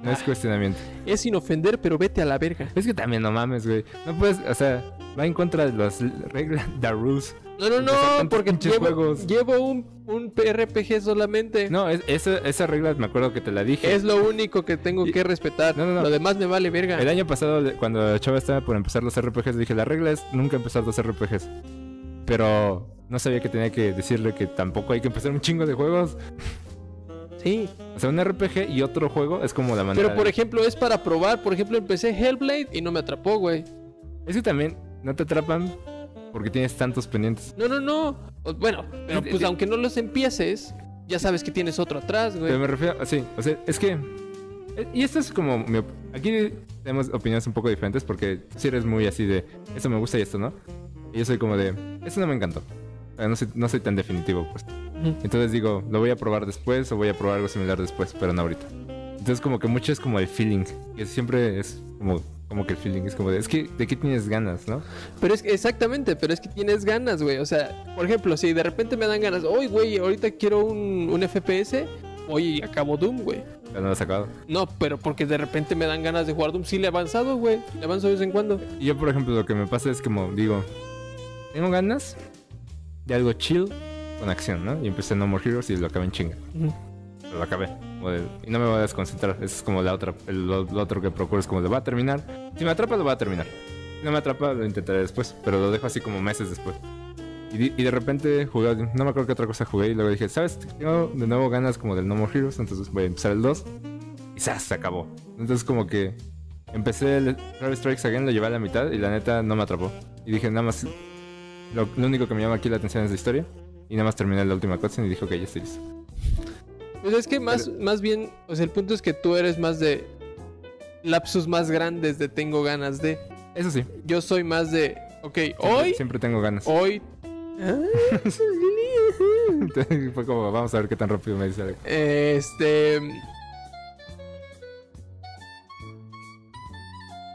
Speaker 2: No es
Speaker 1: Ah.
Speaker 2: cuestionamiento.
Speaker 1: Es sin ofender, pero vete a la verga.
Speaker 2: Es que también no mames, güey. No puedes, o sea, va en contra de las reglas, the rules.
Speaker 1: No, no,
Speaker 2: Empezar
Speaker 1: no,
Speaker 2: con
Speaker 1: porque
Speaker 2: pinches
Speaker 1: llevo,
Speaker 2: juegos.
Speaker 1: llevo un, un RPG solamente.
Speaker 2: No, es, esa, esa regla me acuerdo que te la dije.
Speaker 1: Es lo único que tengo
Speaker 2: Y-
Speaker 1: que respetar.
Speaker 2: No, no, no.
Speaker 1: Lo demás me vale verga.
Speaker 2: El año pasado, le- cuando Chava estaba por empezar los RPGs, le dije, la regla es nunca empezar los RPGs. Pero no sabía que tenía que decirle que tampoco hay que empezar un chingo de juegos.
Speaker 1: Sí.
Speaker 2: O sea, un RPG y otro juego es como la manera...
Speaker 1: Pero por
Speaker 2: de-
Speaker 1: ejemplo, es para probar. Por ejemplo, empecé Hellblade y no me atrapó, güey.
Speaker 2: Es que también no te atrapan porque tienes tantos pendientes.
Speaker 1: No, no, no. O- Bueno, pero
Speaker 2: De-
Speaker 1: pues
Speaker 2: de-
Speaker 1: aunque no los empieces, ya sabes que tienes otro atrás,
Speaker 2: Pero ah,
Speaker 1: güey.
Speaker 2: me refiero, sí, o sea, es que... eh, Y esto es como mi op- Aquí tenemos opiniones un poco diferentes porque si eres muy así de eso me gusta y esto no. Y yo soy como de eso no me encantó. O sea, no, soy, no soy tan definitivo, pues.
Speaker 1: Ujú.
Speaker 2: Entonces digo, lo voy a probar después o voy a probar algo similar después, pero no ahorita. Entonces como que mucho es como el feeling, que siempre es como, como que el feeling es como de, es que de qué tienes ganas, ¿no?
Speaker 1: Pero es que, exactamente, pero es que tienes ganas, güey. O sea, por ejemplo, si de repente me dan ganas, oye, güey, ahorita quiero un, un FPS, oye, y acabo Doom, güey.
Speaker 2: Pero no lo has acabado.
Speaker 1: No, pero porque de repente me dan ganas de jugar Doom, sí le he avanzado, güey. Le avanzo de vez en cuando.
Speaker 2: Y yo por ejemplo lo que me pasa es como digo, tengo ganas de algo chill con acción, ¿no? Y empecé No More Heroes y lo acabé en chinga.
Speaker 1: Ujú.
Speaker 2: Pero lo acabé. como de- y no me voy a desconcentrar. Esa es como la otra, el, lo, lo otro que procuro es como lo va a terminar. Si me atrapa, lo va a terminar. Si no me atrapa, lo intentaré después. Pero lo dejo así como meses después. Y, di- y de repente jugué, no me acuerdo qué otra cosa jugué. Y luego dije, ¿sabes? Tengo de nuevo ganas como del No More Heroes. Entonces voy a empezar el 2. Y ¡zas! se acabó. Entonces como que empecé el Travis Strikes Again, lo llevé a la mitad. Y la neta no me atrapó. Y dije, nada más. Lo, lo único que me llama aquí la atención es la historia. Y nada más terminé la última cutscene y dije, ok, ya estoy listo.
Speaker 1: Pues es que más, más bien, o sea, el punto es que tú eres más de lapsus más grandes de tengo ganas de.
Speaker 2: Eso sí,
Speaker 1: Yo soy más de, ok,
Speaker 2: Siempre,
Speaker 1: hoy, Oh.
Speaker 2: siempre tengo ganas.
Speaker 1: hoy.
Speaker 2: Entonces, [LAUGHS] Fue como, vamos a ver qué tan rápido me dice algo.
Speaker 1: Este.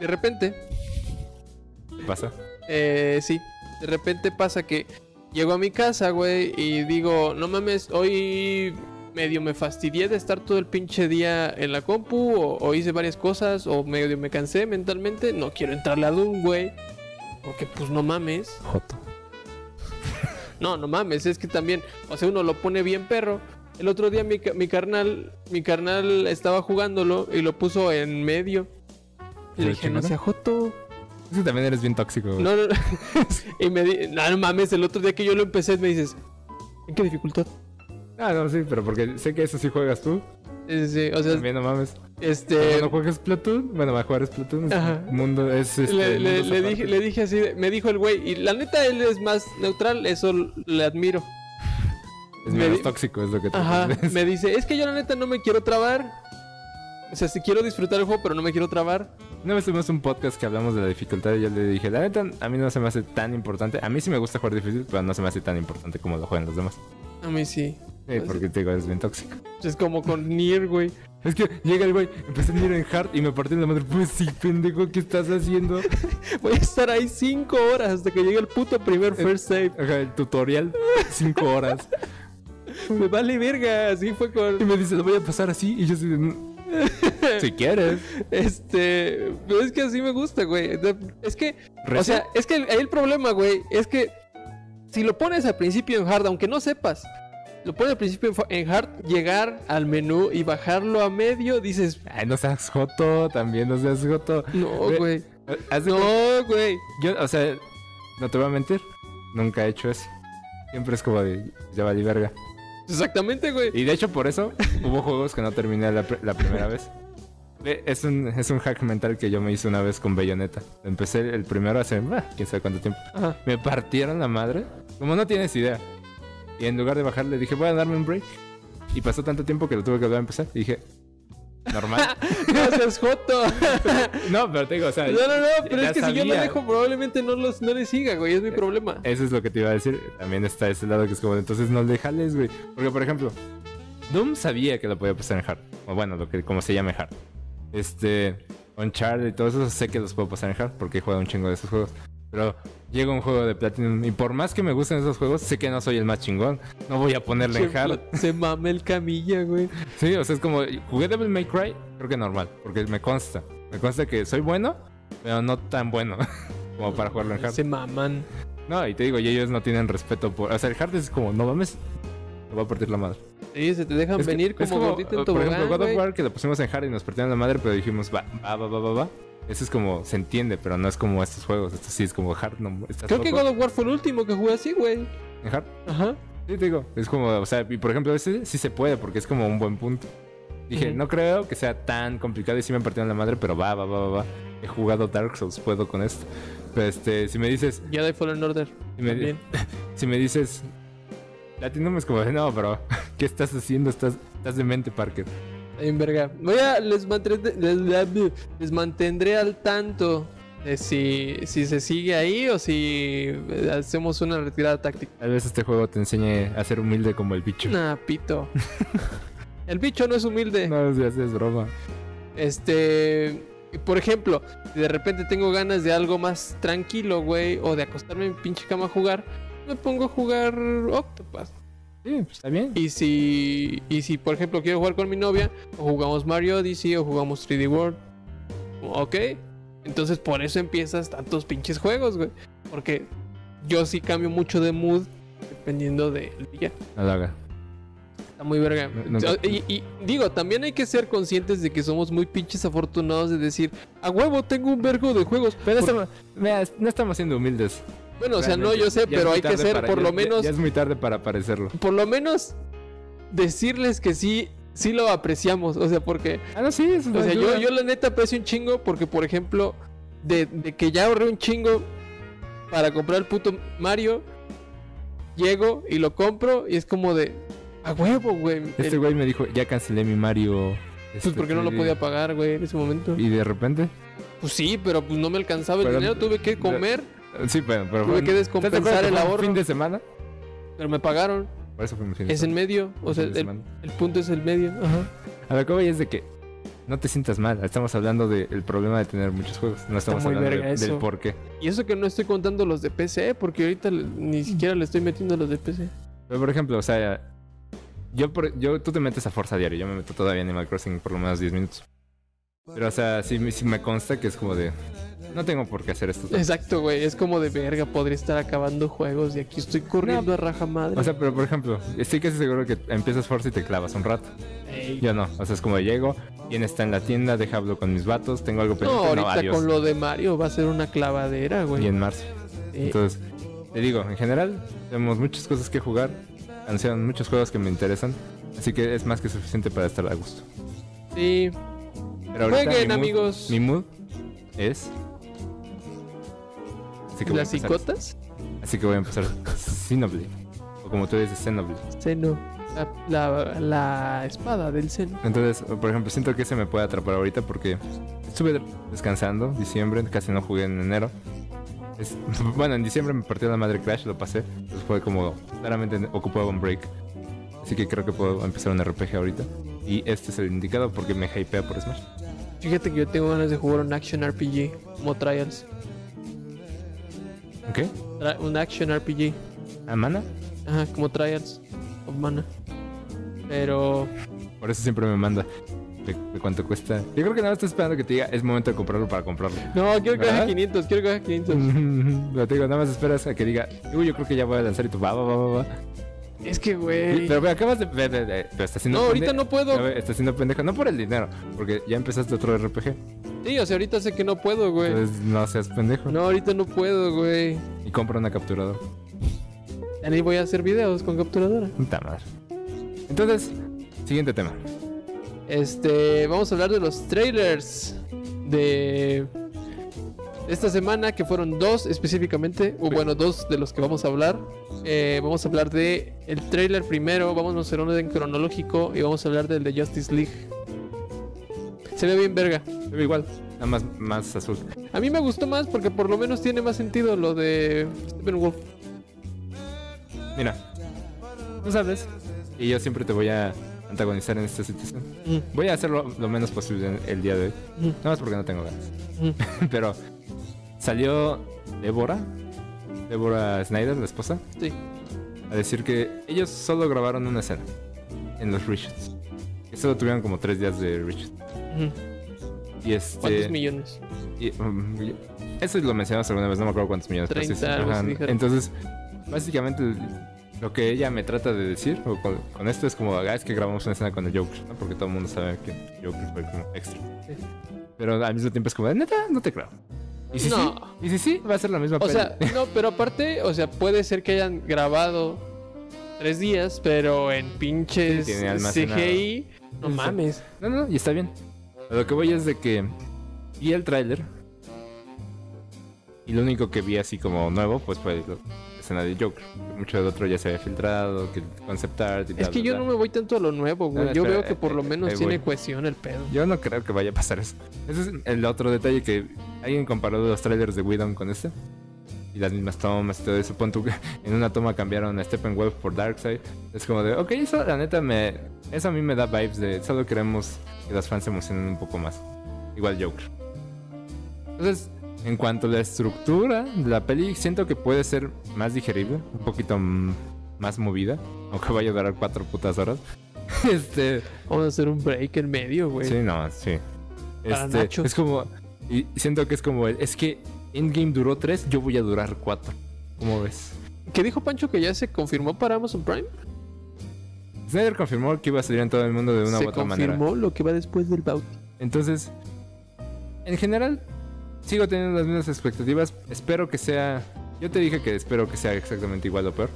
Speaker 1: De repente,
Speaker 2: ¿Qué pasa?
Speaker 1: eh, sí, de repente pasa que llego a mi casa, güey, y digo, no mames, hoy medio me fastidié de estar todo el pinche día en la compu, o, o hice varias cosas, o medio me cansé mentalmente, no quiero entrarle a Doom, güey, porque pues no mames.
Speaker 2: Joto.
Speaker 1: No, no mames, es que también, o sea, uno lo pone bien perro. El otro día mi, ca- mi carnal, mi carnal estaba jugándolo y lo puso en medio. Y
Speaker 2: ¿Lo
Speaker 1: le dije, no
Speaker 2: chingaron?
Speaker 1: sea joto.
Speaker 2: Es que también eres bien tóxico. güey.
Speaker 1: No, no, no. [LAUGHS] y me di, "Ah, no, no mames, el otro día que yo lo empecé me dices, ¿en qué dificultad?
Speaker 2: Ah, no, sí, pero porque sé que eso sí juegas tú.
Speaker 1: Sí, sí, sí, o sea,
Speaker 2: También no mames.
Speaker 1: este...
Speaker 2: Cuando juegas Platoon, bueno, va a jugar es Platoon. es
Speaker 1: Ajá.
Speaker 2: Mundo es. este,
Speaker 1: Le, le-
Speaker 2: mundos
Speaker 1: le
Speaker 2: aparte.
Speaker 1: dije, le dije así, de- me dijo el güey, y la neta él es más neutral, eso le admiro.
Speaker 2: Es
Speaker 1: me
Speaker 2: menos
Speaker 1: di-
Speaker 2: tóxico, es lo que te
Speaker 1: Ajá,
Speaker 2: entiendes.
Speaker 1: me dice, es que yo la neta no me quiero trabar. O sea, si quiero disfrutar el juego, pero no me quiero trabar.
Speaker 2: Una vez tuvimos un podcast que hablamos de la dificultad y yo le dije, la neta, a mí no se me hace tan importante. A mí sí me gusta jugar difícil, pero no se me hace tan importante como lo juegan los demás.
Speaker 1: A mí Pues sí.
Speaker 2: Sí, porque te digo, es bien tóxico.
Speaker 1: Es como [LAUGHS] con Nier, güey.
Speaker 2: Es que llega el güey, empecé a ir en hard y me partí la madre. Pues sí, pendejo, ¿qué estás haciendo?
Speaker 1: Voy a estar ahí cinco horas hasta que llegue el puto primer first save.
Speaker 2: Ajá, el tutorial, cinco horas.
Speaker 1: Me vale verga. Así fue
Speaker 2: Y
Speaker 1: con.
Speaker 2: me dice, lo voy a pasar así. Y yo así,
Speaker 1: [LAUGHS]
Speaker 2: de, "Mm, si quieres.
Speaker 1: Este. Pero es que así me gusta, güey. De- Es que. O
Speaker 2: Reza".
Speaker 1: sea, es que el- ahí el problema, güey, es que si lo pones al principio en hard, aunque no sepas, lo pones al principio en fa- en hard, llegar al menú y bajarlo a medio, dices,
Speaker 2: Ay, no seas joto, también no seas joto.
Speaker 1: no,
Speaker 2: Ve-
Speaker 1: güey.
Speaker 2: Haz de cuenta-
Speaker 1: No, güey.
Speaker 2: yo, o sea, no te voy a mentir, nunca he hecho eso. Siempre es como de, ya valí verga.
Speaker 1: Exactamente, güey.
Speaker 2: Y de hecho, por eso hubo juegos que no terminé la, pr- la primera vez. Ve, Es un, es un hack mental que yo me hice una vez con Bayonetta. Empecé el primero hace, bah, quién sabe cuánto tiempo.
Speaker 1: Ajá.
Speaker 2: Me partieron la madre. Como no tienes idea. Y en lugar de bajarle dije, voy a darme un break. Y pasó tanto tiempo que lo tuve que volver a empezar. Y dije,
Speaker 1: [LAUGHS]
Speaker 2: normal.
Speaker 1: No seas
Speaker 2: [LAUGHS]
Speaker 1: joto.
Speaker 2: no, pero te digo, o sea,
Speaker 1: No, no, no, pero
Speaker 2: Ya
Speaker 1: es que si yo lo
Speaker 2: sabía. Eh,
Speaker 1: dejo, probablemente no, los, no les siga, güey. Es mi problema.
Speaker 2: eso es lo que te iba a decir. También está ese lado que es como, entonces no le jales, güey. Porque, por ejemplo, Doom sabía que lo podía pasar en hard. O bueno, lo que, como se llama en hard. Este, Uncharted y todo eso, sé que los puedo pasar en hard porque he jugado un chingo de esos juegos. Pero llega un juego de Platinum y por más que me gusten esos juegos, sé que no soy el más chingón. No voy a ponerle
Speaker 1: [LAUGHS]
Speaker 2: en hard.
Speaker 1: Se, se mame el camilla, güey.
Speaker 2: Sí, o sea, es como, jugué Devil May Cry, creo que normal, porque me consta. Me consta que soy bueno, pero no tan bueno [LAUGHS] como para jugarlo en hard.
Speaker 1: Se maman.
Speaker 2: No, y te digo, y ellos no tienen respeto por... O sea, el hard es como, no mames, te va a partir la madre.
Speaker 1: Sí, se te dejan
Speaker 2: Es que-
Speaker 1: venir
Speaker 2: es eh,
Speaker 1: como, gordito en
Speaker 2: Por ejemplo,
Speaker 1: tobogán,
Speaker 2: God of
Speaker 1: güey.
Speaker 2: War, que lo pusimos en hard y nos partieron la madre, pero dijimos, va, va, va, va, va, va. Eso es como, se entiende, pero no es como estos juegos. Esto sí es como hard, no... Estás
Speaker 1: Creo que
Speaker 2: loco.
Speaker 1: God of War fue el último que jugué así, güey.
Speaker 2: ¿En hard?
Speaker 1: Ajá.
Speaker 2: Sí, te digo, es como, o sea, y por ejemplo, ese sí se puede porque es como un buen punto. Dije,
Speaker 1: Ujú.
Speaker 2: no creo que sea tan complicado y sí me partieron la madre, pero va, va, va, va, va. He jugado Dark Souls, puedo con esto. Pero este, si me dices,
Speaker 1: Jedi Fallen Order.
Speaker 2: si me,
Speaker 1: También.
Speaker 2: si me dices, [LAUGHS] Latinum es como, de, no, bro, ¿qué estás haciendo? Estás, estás demente, Parker.
Speaker 1: en verga. Voy a, les, mantendré, les, les mantendré al tanto de si, si se sigue ahí o si hacemos una retirada táctica.
Speaker 2: Tal vez este juego te enseñe a ser humilde como el bicho.
Speaker 1: Nah, pito. El bicho no es humilde.
Speaker 2: [LAUGHS] No, es, es- es broma.
Speaker 1: Este, por ejemplo, si de repente tengo ganas de algo más tranquilo, güey, o de acostarme en pinche cama a jugar, me pongo a jugar Octopath.
Speaker 2: Sí, pues, está bien.
Speaker 1: Y si, y si, por ejemplo, quiero jugar con mi novia, o jugamos Mario Odyssey, o jugamos 3D World. Ok. Entonces, por eso empiezas tantos pinches juegos, güey. Porque yo sí cambio mucho de mood dependiendo del día.
Speaker 2: No lo haga.
Speaker 1: Está muy verga.
Speaker 2: No, no.
Speaker 1: y, y digo, también hay que ser conscientes de que somos muy pinches afortunados de decir, a huevo, tengo un vergo de juegos.
Speaker 2: Pero
Speaker 1: Por-
Speaker 2: estamos- mira, no estamos siendo humildes.
Speaker 1: bueno, o sea, no, yo
Speaker 2: Realmente, ya
Speaker 1: sé,
Speaker 2: es
Speaker 1: pero
Speaker 2: muy
Speaker 1: hay que
Speaker 2: tarde
Speaker 1: ser,
Speaker 2: para-
Speaker 1: por
Speaker 2: ya-
Speaker 1: lo
Speaker 2: ya-
Speaker 1: menos,
Speaker 2: Ya es muy tarde para parecerlo.
Speaker 1: por lo menos decirles que sí, sí lo apreciamos. O sea, porque
Speaker 2: Ah, no, sí, eso
Speaker 1: O
Speaker 2: no
Speaker 1: sea,
Speaker 2: es
Speaker 1: yo,
Speaker 2: duda.
Speaker 1: yo la neta aprecio un chingo porque, por ejemplo, de, de que ya ahorré un chingo para comprar el puto Mario, llego y lo compro y es como de, a huevo, güey.
Speaker 2: Este
Speaker 1: El-
Speaker 2: güey me dijo, ya cancelé mi Mario. este,
Speaker 1: pues porque no lo podía pagar, güey, en ese momento.
Speaker 2: Y de repente.
Speaker 1: Pues sí, pero pues no me alcanzaba el
Speaker 2: Pero-
Speaker 1: dinero, tuve que comer,
Speaker 2: Sí, pero. pero
Speaker 1: Tuve que
Speaker 2: ¿te
Speaker 1: descompensar
Speaker 2: acuerdas que
Speaker 1: el
Speaker 2: fue un
Speaker 1: ahorro.
Speaker 2: fin de semana?
Speaker 1: pero me pagaron.
Speaker 2: Por eso fue mi fin de
Speaker 1: Es en
Speaker 2: semana.
Speaker 1: medio, o sea,
Speaker 2: Fin de
Speaker 1: el,
Speaker 2: semana.
Speaker 1: el punto es el medio. Ajá.
Speaker 2: A lo que voy es de que no te sientas mal. Estamos hablando del problema de tener muchos juegos. No estamos
Speaker 1: muy
Speaker 2: hablando de-
Speaker 1: verga eso.
Speaker 2: del por qué.
Speaker 1: Y eso que no estoy contando los de PC, porque ahorita le- ni siquiera le estoy metiendo los de PC.
Speaker 2: Pero por ejemplo, o sea, yo, por- yo tú te metes a Forza diario. Yo me meto todavía en Animal Crossing por lo menos 10 minutos. Pero o sea, sí, me- sí me consta que es como de. No tengo por qué hacer esto.
Speaker 1: Exacto, güey. Es como de verga, podría estar acabando juegos y aquí estoy corriendo a raja madre.
Speaker 2: O sea, pero por ejemplo, estoy casi seguro que empiezas Forza y te clavas un rato.
Speaker 1: Ey.
Speaker 2: Yo no, o sea, es como llego, quién está en la tienda, deja hablo con mis vatos, tengo algo
Speaker 1: no,
Speaker 2: pendiente, no,
Speaker 1: ahorita
Speaker 2: adiós.
Speaker 1: con lo de Mario va a ser una clavadera,
Speaker 2: Y
Speaker 1: güey.
Speaker 2: en marzo.
Speaker 1: Eh,
Speaker 2: Entonces, te digo, en general, tenemos muchas cosas que jugar, anunciaron muchos juegos que me interesan, así que es más que suficiente para estar a gusto.
Speaker 1: sí,
Speaker 2: Pero ahorita
Speaker 1: Jueguen,
Speaker 2: mi mood-
Speaker 1: amigos.
Speaker 2: Mi mood es... Así voy a
Speaker 1: las
Speaker 2: empezar-
Speaker 1: cicotas.
Speaker 2: Así que voy a empezar Xenoblade, o como tú dices, Xenoblade.
Speaker 1: Seno. La, la- la espada del seno.
Speaker 2: Entonces, por ejemplo, siento que se me puede atrapar ahorita porque estuve descansando diciembre, casi no jugué en enero. Es- [LAUGHS] bueno, en diciembre me partió la madre Crash, lo pasé. Entonces fue como claramente ocupado un break. Así que creo que puedo empezar un RPG ahorita. Y este es el indicado porque me hypea por Smash.
Speaker 1: Fíjate que yo tengo ganas de jugar un action RPG como Trials.
Speaker 2: ¿Ok?
Speaker 1: Tra- un action RPG.
Speaker 2: ¿A mana?
Speaker 1: Ajá, como Trials of Mana. Pero
Speaker 2: Por eso siempre me manda de, de cuánto cuesta. Yo creo que nada más estoy esperando que te diga, es momento de comprarlo para comprarlo. [LAUGHS]
Speaker 1: no, quiero que baje
Speaker 2: ¿Verdad? Mm.
Speaker 1: 500, quiero que baje 500.
Speaker 2: lo te digo, nada más esperas a que diga, uy, yo creo que ya voy a lanzar y tú, va, va, va, va, va.
Speaker 1: Es que,
Speaker 2: Sí,
Speaker 1: güey.
Speaker 2: Pero ve, acabas de. ve, ve, ve, pero está haciendo
Speaker 1: No, ahorita no puedo.
Speaker 2: Ya ve, Está haciendo pendejo. No por el dinero, porque ya empezaste otro RPG.
Speaker 1: Sí, o sea, ahorita sé que no puedo, güey.
Speaker 2: Entonces no seas pendejo.
Speaker 1: Pues. No, ahorita no puedo, güey.
Speaker 2: Y compra una capturadora.
Speaker 1: Ahí voy a hacer videos con capturadora.
Speaker 2: Puta madre. Entonces, siguiente tema.
Speaker 1: Este, vamos a hablar de los trailers de esta semana, que fueron dos específicamente, o
Speaker 2: Sí.
Speaker 1: bueno, dos de los que vamos a hablar. Eh, vamos a hablar de el trailer primero, vamos a hacer un orden cronológico y vamos a hablar del de Justice League. Se ve bien verga.
Speaker 2: Se ve igual, nada más, más azul.
Speaker 1: A mí me gustó más porque por lo menos tiene más sentido lo de Steppenwolf.
Speaker 2: Mira, tú sabes. Y yo siempre te voy a antagonizar en esta situación.
Speaker 1: Mm,
Speaker 2: Voy a hacerlo lo menos posible en- el día de hoy.
Speaker 1: mm,
Speaker 2: Nada más porque no tengo ganas. [LAUGHS]
Speaker 1: mm.
Speaker 2: Pero salió Débora. Débora Snyder, la esposa.
Speaker 1: [LAUGHS] Sí.
Speaker 2: a decir que ellos solo grabaron una escena en los Richards. Que solo tuvieron como tres días de Richards.
Speaker 1: mm.
Speaker 2: Y
Speaker 1: ¿Cuántos
Speaker 2: este.
Speaker 1: millones?
Speaker 2: y, um, y- eso lo mencionamos alguna vez, no me acuerdo cuántos millones. pero sí,
Speaker 1: 30,
Speaker 2: sí,
Speaker 1: algo
Speaker 2: ajá.
Speaker 1: así dijeron.
Speaker 2: Entonces, básicamente lo que ella me trata de decir o con, con esto es como, ah, es que grabamos una escena con el Joker, ¿no? porque todo el mundo sabe que Joker fue como extra.
Speaker 1: Sí.
Speaker 2: Pero al mismo tiempo es como, neta, no te creo. Y si
Speaker 1: No.
Speaker 2: sí, y si sí, va a ser la misma
Speaker 1: O
Speaker 2: peli.
Speaker 1: sea, no, pero aparte, o sea, puede ser que hayan grabado tres días, pero en pinches
Speaker 2: Sí, tiene almacenado.
Speaker 1: CGI. No
Speaker 2: Sí.
Speaker 1: mames.
Speaker 2: No, no, y está bien. A lo que voy es de que vi el tráiler y lo único que vi así como nuevo pues fue lo- la escena escena de Joker. Mucho del otro ya se había filtrado, que el concept art y
Speaker 1: Es
Speaker 2: bla,
Speaker 1: que
Speaker 2: bla,
Speaker 1: yo
Speaker 2: bla.
Speaker 1: no me voy tanto a lo nuevo, güey.
Speaker 2: No,
Speaker 1: yo
Speaker 2: espera,
Speaker 1: veo que por
Speaker 2: eh,
Speaker 1: lo
Speaker 2: eh,
Speaker 1: menos
Speaker 2: ahí
Speaker 1: tiene
Speaker 2: voy.
Speaker 1: cohesión el pedo.
Speaker 2: Yo no creo que vaya a pasar eso. Ese es el otro detalle que alguien comparó los trailers de Widom con este. Y las mismas tomas y todo eso. Pon tú que [LAUGHS] en una toma cambiaron a Steppenwolf por Darkseid. Es como de, ok, eso la neta me... Eso a mí me da vibes de solo queremos que los fans se emocionen un poco más. Igual Joker. Entonces, en cuanto a la estructura de la peli, siento que puede ser más digerible, un poquito mm, más movida, aunque vaya a durar cuatro putas horas. [LAUGHS] Este...
Speaker 1: Vamos a hacer un break en medio, güey.
Speaker 2: Sí, no, sí.
Speaker 1: Para
Speaker 2: Este,
Speaker 1: Nacho.
Speaker 2: es como. Y siento que es como. el- Es que Endgame duró 3, yo voy a durar 4. ¿Cómo ves?
Speaker 1: ¿Qué dijo Pancho que ya se confirmó para Amazon Prime?
Speaker 2: Snyder confirmó que iba a salir en todo el mundo de una
Speaker 1: se
Speaker 2: u otra
Speaker 1: confirmó
Speaker 2: manera.
Speaker 1: lo que va después del bautismo.
Speaker 2: Entonces, en general, sigo teniendo las mismas expectativas. Espero que sea. Yo te dije que espero que sea exactamente igual o peor.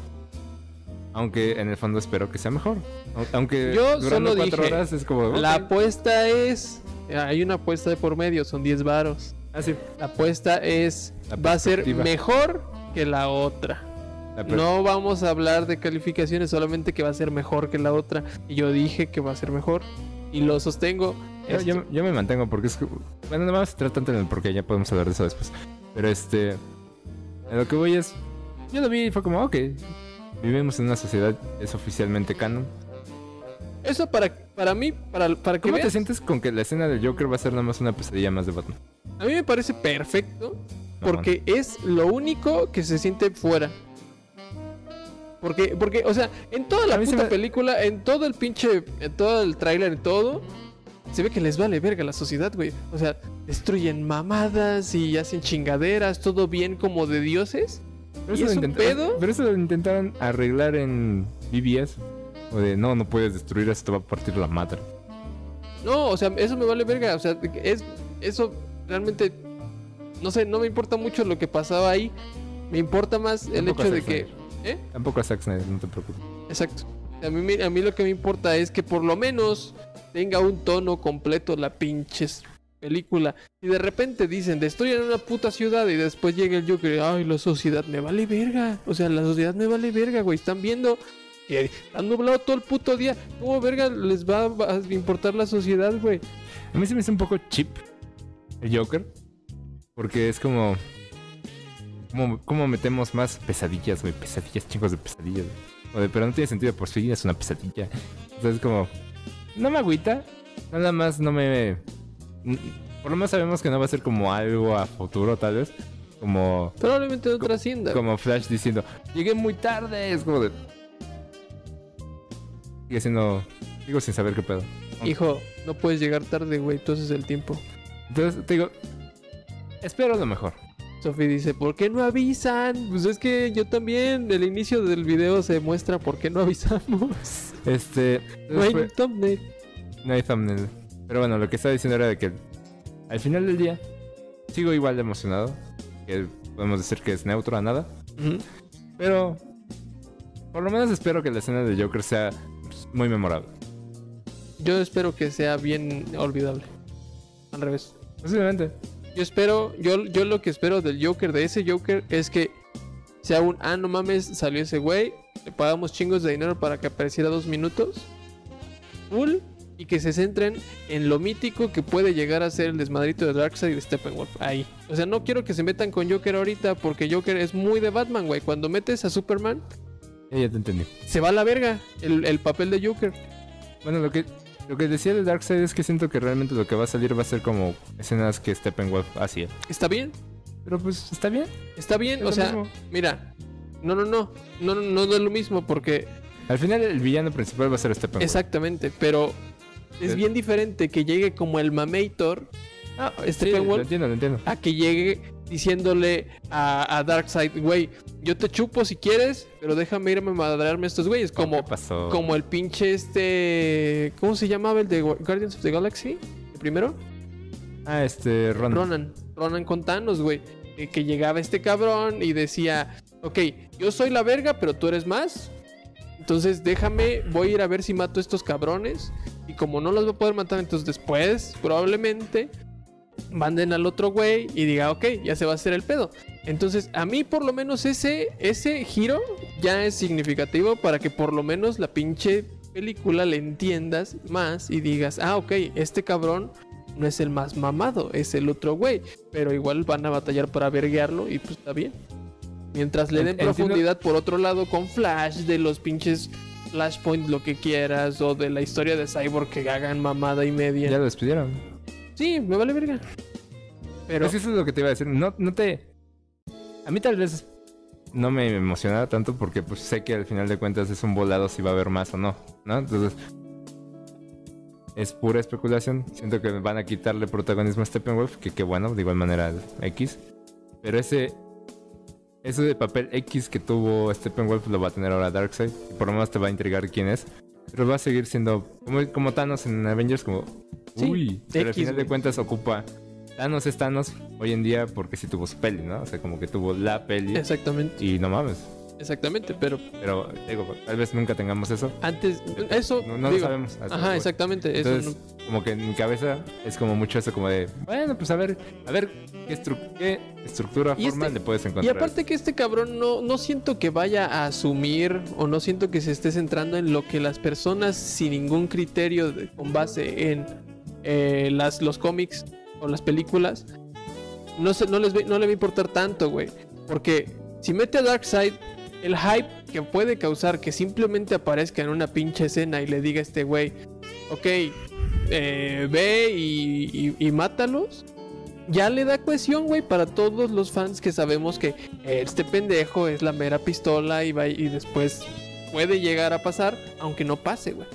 Speaker 2: Aunque en el fondo espero que sea mejor. Au- Aunque
Speaker 1: Yo
Speaker 2: durando
Speaker 1: solo
Speaker 2: 4
Speaker 1: dije,
Speaker 2: horas es como.
Speaker 1: La
Speaker 2: ok.
Speaker 1: apuesta es. Hay una apuesta de por medio, son 10 varos.
Speaker 2: Ah, sí,
Speaker 1: La apuesta es.
Speaker 2: La
Speaker 1: va a ser
Speaker 2: perspectiva.
Speaker 1: mejor que la otra.
Speaker 2: la per-
Speaker 1: No vamos a hablar de calificaciones, solamente que va a ser mejor que la otra. Y yo dije que va a ser mejor. Y lo sostengo. Este,
Speaker 2: Yo, yo-
Speaker 1: Esto-
Speaker 2: yo me mantengo porque es que... Bueno, no vamos a entrar tanto en el porque ya podemos hablar de eso después. Pero este... a lo que voy es... Yo lo vi y fue como, ok. Vivimos en una sociedad, es oficialmente canon.
Speaker 1: Eso para, para mí, para, para que
Speaker 2: ¿Cómo te
Speaker 1: veas,
Speaker 2: sientes con que la escena del Joker va a ser nada más una pesadilla más de Batman?
Speaker 1: a mí me parece perfecto. Porque es lo único que se siente fuera. Porque, porque, o sea, en toda
Speaker 2: A
Speaker 1: la
Speaker 2: mí se
Speaker 1: puta
Speaker 2: me-
Speaker 1: película, en todo el pinche, en todo el tráiler, en todo, se ve que les vale verga la sociedad, güey. O sea, destruyen mamadas y hacen chingaderas, todo bien como de dioses.
Speaker 2: Pero
Speaker 1: ¿y
Speaker 2: eso, lo
Speaker 1: es un
Speaker 2: intenta-
Speaker 1: pedo?
Speaker 2: pero eso lo intentaron arreglar en BBS. O de, no, no puedes destruir esto, te va a partir la madre.
Speaker 1: No, o sea, eso me vale verga. O sea, es, eso realmente, no sé, no me importa mucho lo que pasaba ahí. Me importa más el
Speaker 2: Tampoco
Speaker 1: hecho
Speaker 2: a
Speaker 1: de
Speaker 2: Zack
Speaker 1: que...
Speaker 2: Snyder.
Speaker 1: ¿Eh?
Speaker 2: Tampoco a Zack Snyder, no te preocupes.
Speaker 1: Exacto. A mí, me- a mí lo que me importa es que por lo menos tenga un tono completo la pinches película. Y de repente dicen, destruyen una puta ciudad y después llega el Joker, ay, la sociedad me vale verga. O sea, la sociedad me vale verga, güey. Están viendo que está nublado todo el puto día. ¿Cómo verga les va a importar la sociedad, güey?
Speaker 2: A mí se me hace un poco chip el Joker. Porque es como. ¿Cómo, cómo metemos más pesadillas, güey? Pesadillas, chicos de pesadillas. güey. O de, pero no tiene sentido por sí, es una pesadilla. Entonces, como. No me agüita. Nada más no me. n- Por lo menos sabemos que no va a ser como algo a futuro, tal vez. Como.
Speaker 1: Probablemente no trascienda.
Speaker 2: Como Flash diciendo: Llegué muy tarde. Es como de. Sigue siendo. Digo sin saber qué pedo.
Speaker 1: Hijo, no puedes llegar tarde, güey. Entonces el tiempo.
Speaker 2: Entonces, te digo. Espero lo mejor.
Speaker 1: Sophie dice, ¿por qué no avisan? Pues es que yo también, el inicio del video se muestra por qué no avisamos.
Speaker 2: Este.
Speaker 1: No hay
Speaker 2: fue-
Speaker 1: un thumbnail.
Speaker 2: no hay thumbnail. Pero bueno, lo que estaba diciendo era de que al final del día sigo igual de emocionado. Que podemos decir que es neutro a nada. Pero por lo menos espero que la escena de Joker sea pues, muy memorable.
Speaker 1: Yo espero que sea bien olvidable. Al revés.
Speaker 2: Posiblemente.
Speaker 1: Yo espero, yo, yo lo que espero del Joker, de ese Joker, es que sea un, ah, no mames, salió ese güey, le pagamos chingos de dinero para que apareciera dos minutos, full, y que se centren en lo mítico que puede llegar a ser el desmadrito de Darkseid y de Steppenwolf, ahí. O sea, no quiero que se metan con Joker ahorita, porque Joker es muy de Batman, güey. Cuando metes a Superman,
Speaker 2: Eh, Ya, ya te entendí.
Speaker 1: se va a la verga el, el papel de Joker.
Speaker 2: Bueno, lo que, lo que decía de Darkseid es que siento que realmente lo que va a salir va a ser como escenas que Steppenwolf hacía.
Speaker 1: ¿Está bien?
Speaker 2: Pero pues está bien.
Speaker 1: ¿Está
Speaker 2: es
Speaker 1: bien?
Speaker 2: lo
Speaker 1: O sea,
Speaker 2: mismo.
Speaker 1: mira, no, no, no, no, no, no es lo mismo, porque
Speaker 2: Al final el villano principal va a ser Steppenwolf.
Speaker 1: Exactamente, pero es
Speaker 2: Pero-
Speaker 1: bien diferente que llegue como el Mamator
Speaker 2: Eh. Ah,
Speaker 1: este
Speaker 2: sí, lo
Speaker 1: Penguin-
Speaker 2: entiendo, lo entiendo.
Speaker 1: a que llegue diciéndole a, a Darkseid, güey, yo te chupo si quieres, pero déjame irme a madrarme a estos güeyes. Como,
Speaker 2: ¿Qué pasó?
Speaker 1: como el pinche este. ¿Cómo se llamaba el de Gu- Guardians of the Galaxy? ¿El primero?
Speaker 2: Ah, este, Ron.
Speaker 1: Ronan. Ronan con Thanos, güey. Que, que llegaba este cabrón y decía, ok, yo soy la verga, pero tú eres más. Entonces déjame, voy a ir a ver si mato a estos cabrones. Y como no los voy a poder matar, entonces después, probablemente, manden al otro güey y diga, ok, ya se va a hacer el pedo. Entonces, a mí por lo menos ese, ese giro ya es significativo para que por lo menos la pinche película le entiendas más y digas, ah, ok, este cabrón no es el más mamado, es el otro güey. Pero igual van a batallar para verguearlo y pues está bien. Mientras le den
Speaker 2: Entiendo.
Speaker 1: profundidad por otro lado con Flash de los pinches Flashpoint, lo que quieras, o de la historia de Cyborg que hagan mamada y media.
Speaker 2: Ya lo despidieron.
Speaker 1: Sí, me vale verga. Pero
Speaker 2: Es que eso es lo que te iba a decir. No, no te. A mí tal vez no me emocionaba tanto porque pues sé que al final de cuentas es un volado si va a haber más o no, ¿no? Entonces. Es pura especulación. Siento que van a quitarle protagonismo a Steppenwolf, que qué bueno, de igual manera X. Pero ese. Eso de papel X que tuvo Steppenwolf lo va a tener ahora Darkseid. Y por lo menos te va a intrigar quién es. Pero va a seguir siendo como, como Thanos en Avengers, como.
Speaker 1: Sí,
Speaker 2: Uy, pero al
Speaker 1: X,
Speaker 2: final de
Speaker 1: güey.
Speaker 2: cuentas ocupa. Thanos es Thanos hoy en día porque sí tuvo su peli, ¿no? O sea, como que tuvo la peli.
Speaker 1: exactamente,
Speaker 2: Y no mames.
Speaker 1: exactamente, pero
Speaker 2: Pero digo, tal vez nunca tengamos eso.
Speaker 1: antes eso
Speaker 2: No, no lo
Speaker 1: digo,
Speaker 2: sabemos. hasta
Speaker 1: Ajá,
Speaker 2: hoy.
Speaker 1: exactamente, eso
Speaker 2: Entonces, como que en mi cabeza es como mucho eso, como de, bueno, pues a ver, a ver qué, estru- qué estructura,
Speaker 1: Y
Speaker 2: forma
Speaker 1: este-
Speaker 2: le puedes
Speaker 1: no- Y
Speaker 2: encontrar.
Speaker 1: aparte que este cabrón no no siento que vaya a asumir o no siento que se esté centrando en lo que las personas sin ningún criterio de- con base en eh, las los cómics o las películas no se- no les ve- no le va a importar tanto, güey, porque si mete a Darkseid el hype que puede causar que simplemente aparezca en una pinche escena y le diga a este güey, ok, eh, ve y, y- y mátalos, ya le da cohesión, güey, para todos los fans que sabemos que eh, este pendejo es la mera pistola y, va, y después puede llegar a pasar, aunque no pase, güey.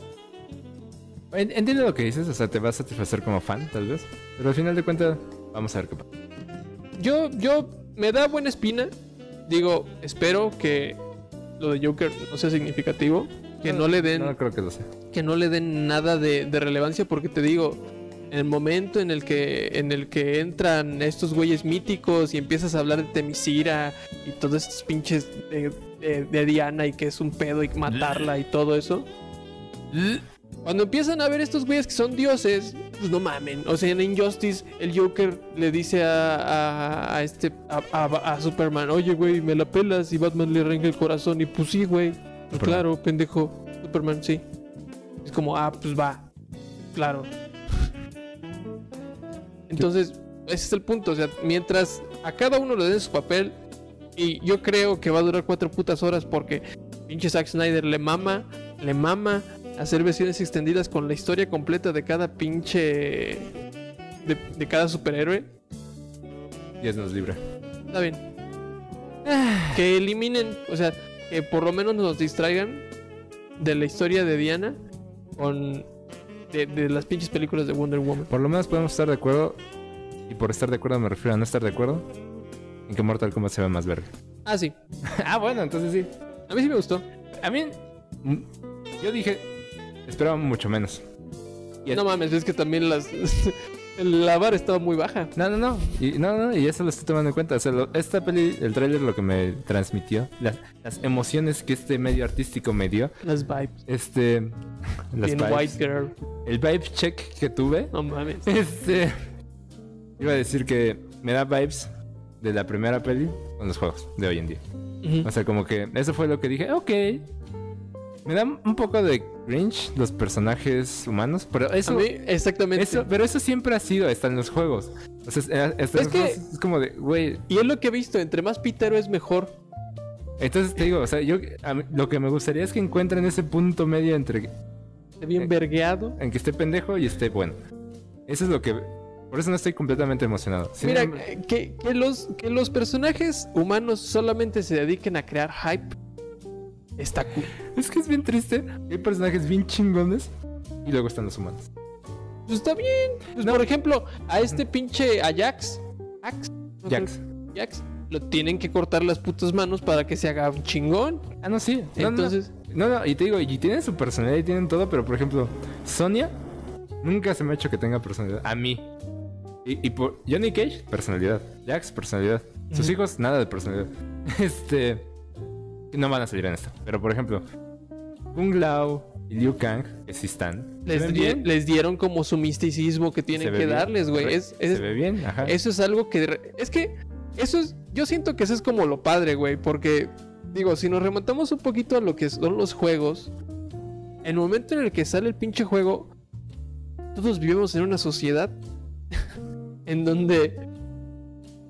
Speaker 2: En- Entiendo lo que dices, o sea, te va a satisfacer como fan, tal vez. Pero al final de cuentas, vamos a ver qué pasa.
Speaker 1: Yo, yo, me da buena espina. Digo, espero que lo de Joker no sea significativo. Que no le den
Speaker 2: No creo que lo sea.
Speaker 1: que no le den nada de, de relevancia porque te digo, en el momento en el que en el que entran estos güeyes míticos y empiezas a hablar de Temisira y todos estos pinches de, de- de Diana y que es un pedo y matarla y todo eso. Cuando empiezan a ver estos güeyes que son dioses, pues no mamen. O sea, en Injustice, el Joker le dice a, a- a este a, a- a Superman, oye güey, me la pelas y Batman le arranca el corazón y pues sí, güey. Pues
Speaker 2: Superman.
Speaker 1: claro, pendejo. Superman, sí. Es como, ah, pues va. Claro. Entonces, ese es el punto. O sea, mientras a cada uno le den su papel, y yo creo que va a durar cuatro putas horas porque pinche Zack Snyder le mama, le mama hacer versiones extendidas con la historia completa de cada pinche. de, de cada superhéroe.
Speaker 2: Dios nos libra.
Speaker 1: Está bien. Que eliminen, o sea, que por lo menos nos distraigan de la historia de Diana con. de, de las pinches películas de Wonder Woman.
Speaker 2: Por lo menos podemos estar de acuerdo. Y por estar de acuerdo me refiero a no estar de acuerdo. En que Mortal Kombat se ve más verga.
Speaker 1: Ah, sí.
Speaker 2: [LAUGHS] ah, bueno, entonces sí.
Speaker 1: A mí sí me gustó.
Speaker 2: A mí. mm, Yo dije. Esperaba mucho menos. Y-
Speaker 1: No mames, es que también las. [LAUGHS] la vara estaba muy baja.
Speaker 2: No, no, no. Y, no, no, y eso lo estoy tomando en cuenta. O sea, lo- esta peli, el tráiler lo que me transmitió, las, las emociones que este medio artístico me dio,
Speaker 1: Las vibes.
Speaker 2: este... [LAUGHS] las
Speaker 1: Bien
Speaker 2: vibes,
Speaker 1: white girl.
Speaker 2: el vibe check que tuve, [LAUGHS]
Speaker 1: No mames.
Speaker 2: este... Iba a decir que me da vibes de la primera peli con los juegos de hoy en día.
Speaker 1: [LAUGHS] Ujú.
Speaker 2: O sea, como que eso fue lo que dije, ok. Me da un poco de cringe los personajes humanos, pero
Speaker 1: A
Speaker 2: eso...
Speaker 1: mí, exactamente.
Speaker 2: Eso, pero eso siempre ha sido, está en los juegos. O sea, es- eh, está
Speaker 1: Es
Speaker 2: en los
Speaker 1: que-
Speaker 2: juegos, es como de, güey.
Speaker 1: Y es lo que he visto, entre más pitero es mejor.
Speaker 2: Entonces te digo, o sea, yo a mí- lo que me gustaría es que encuentren ese punto medio entre
Speaker 1: Está bien
Speaker 2: Eh.
Speaker 1: vergueado.
Speaker 2: en que esté pendejo y esté bueno. Eso es lo que. Por eso no estoy completamente emocionado. Sin
Speaker 1: Mira,
Speaker 2: embargo,
Speaker 1: eh, que, que los, que los personajes humanos solamente se dediquen a crear hype. Está cool.
Speaker 2: es que es bien triste. Hay personajes bien chingones y luego están los humanos.
Speaker 1: Pues está bien. Pues, Por ejemplo, a este pinche Ajax. Ajax. no creo
Speaker 2: Jax.
Speaker 1: que- Jax. Lo tienen que cortar las putas manos para que se haga un chingón.
Speaker 2: Ah, no, sí. No, no,
Speaker 1: Entonces,
Speaker 2: No, no, y te digo, y tienen su personalidad y tienen todo, pero por ejemplo, Sonia nunca se me ha hecho que tenga personalidad. A mí. Y, y por Johnny Cage, personalidad. Jax, personalidad. Sus
Speaker 1: Ujú.
Speaker 2: hijos, nada de personalidad. [LAUGHS] Este. No van a salir en esta. Pero por ejemplo, Kung Lao y Liu Kang, que sí están. se
Speaker 1: les,
Speaker 2: ven
Speaker 1: di-
Speaker 2: bien,
Speaker 1: les dieron como su misticismo que
Speaker 2: se
Speaker 1: tienen
Speaker 2: ve
Speaker 1: que
Speaker 2: bien,
Speaker 1: darles, güey.
Speaker 2: correcto,
Speaker 1: Es, es,
Speaker 2: se ve bien, ajá.
Speaker 1: Eso es algo que. de re- Es que. Eso es. yo siento que eso es como lo padre, güey, porque digo, si nos remontamos un poquito a lo que son los juegos, el momento en el que sale el pinche juego, todos vivimos en una sociedad [LAUGHS] en donde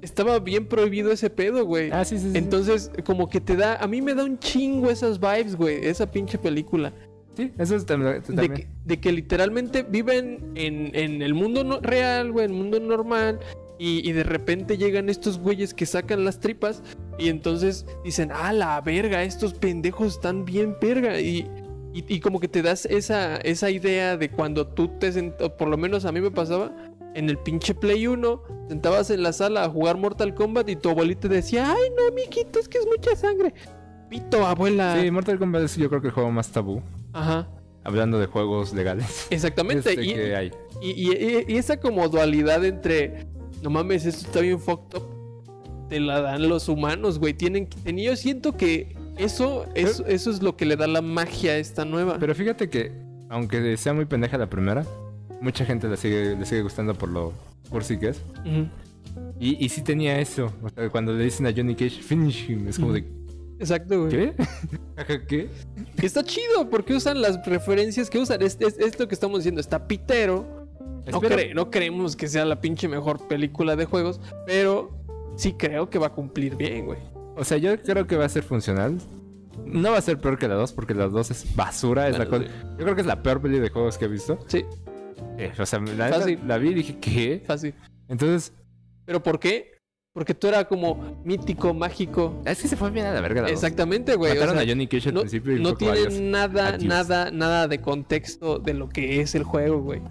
Speaker 1: estaba bien prohibido ese pedo, güey.
Speaker 2: Ah, sí, sí, sí.
Speaker 1: Entonces, como que te da, a mí me da un chingo esas vibes, güey, esa pinche película.
Speaker 2: sí, eso es tam-
Speaker 1: De
Speaker 2: también.
Speaker 1: que, de que literalmente viven en, en el mundo no- real, güey, en el mundo normal. Y, y de repente llegan estos güeyes que sacan las tripas. Y entonces dicen, ah, la verga, estos pendejos están bien verga. Y, y, y como que te das esa, esa idea de cuando tú te sentabas, por lo menos a mí me pasaba, en el pinche Play 1, sentabas en la sala a jugar Mortal Kombat y tu abuelita decía, ay, no, mijito, es que es mucha sangre. Pito, abuela.
Speaker 2: Sí, Mortal Kombat es yo creo que el juego más tabú.
Speaker 1: Ajá.
Speaker 2: Hablando de juegos legales.
Speaker 1: Exactamente.
Speaker 2: Este
Speaker 1: y-
Speaker 2: que hay.
Speaker 1: Y, y- y- y esa como dualidad entre, no mames, esto está bien fucked up, te la dan los humanos, güey. Tienen, que- yo siento que eso, eso, eso es lo que le da la magia a esta nueva.
Speaker 2: Pero fíjate que, aunque sea muy pendeja la primera, mucha gente la sigue, le sigue gustando por lo cursi que es.
Speaker 1: Ujú,
Speaker 2: Y, y sí tenía eso. O sea, cuando le dicen a Johnny Cage, finish him, es como de,
Speaker 1: Exacto, güey.
Speaker 2: ¿qué? [LAUGHS] Ajá, ¿Qué?
Speaker 1: Que Está chido porque usan las referencias que usan. Es, es- es lo que estamos diciendo, está pitero. No,
Speaker 2: Espera.
Speaker 1: cre- no creemos que sea la pinche mejor película de juegos, pero sí creo que va a cumplir bien, güey.
Speaker 2: O sea, yo creo que va a ser funcional. No va a ser peor que la 2, porque la 2 es basura. Es la
Speaker 1: Bueno,
Speaker 2: cosa- Yo creo que es la peor peli de juegos que he visto.
Speaker 1: Sí,
Speaker 2: Eh, o sea, la, neta,
Speaker 1: Fácil.
Speaker 2: la vi y dije, ¿qué?
Speaker 1: fácil.
Speaker 2: Entonces,
Speaker 1: ¿Pero por qué? Porque tú era como mítico, mágico,
Speaker 2: es que se fue bien a la verga la dos.
Speaker 1: Exactamente, güey. o
Speaker 2: Mataron
Speaker 1: sea,
Speaker 2: a Johnny Cage al
Speaker 1: no,
Speaker 2: principio y
Speaker 1: no
Speaker 2: fue como,
Speaker 1: tiene
Speaker 2: "Adiós".
Speaker 1: nada,
Speaker 2: Adiós.
Speaker 1: nada, nada de contexto de lo que es el juego, güey.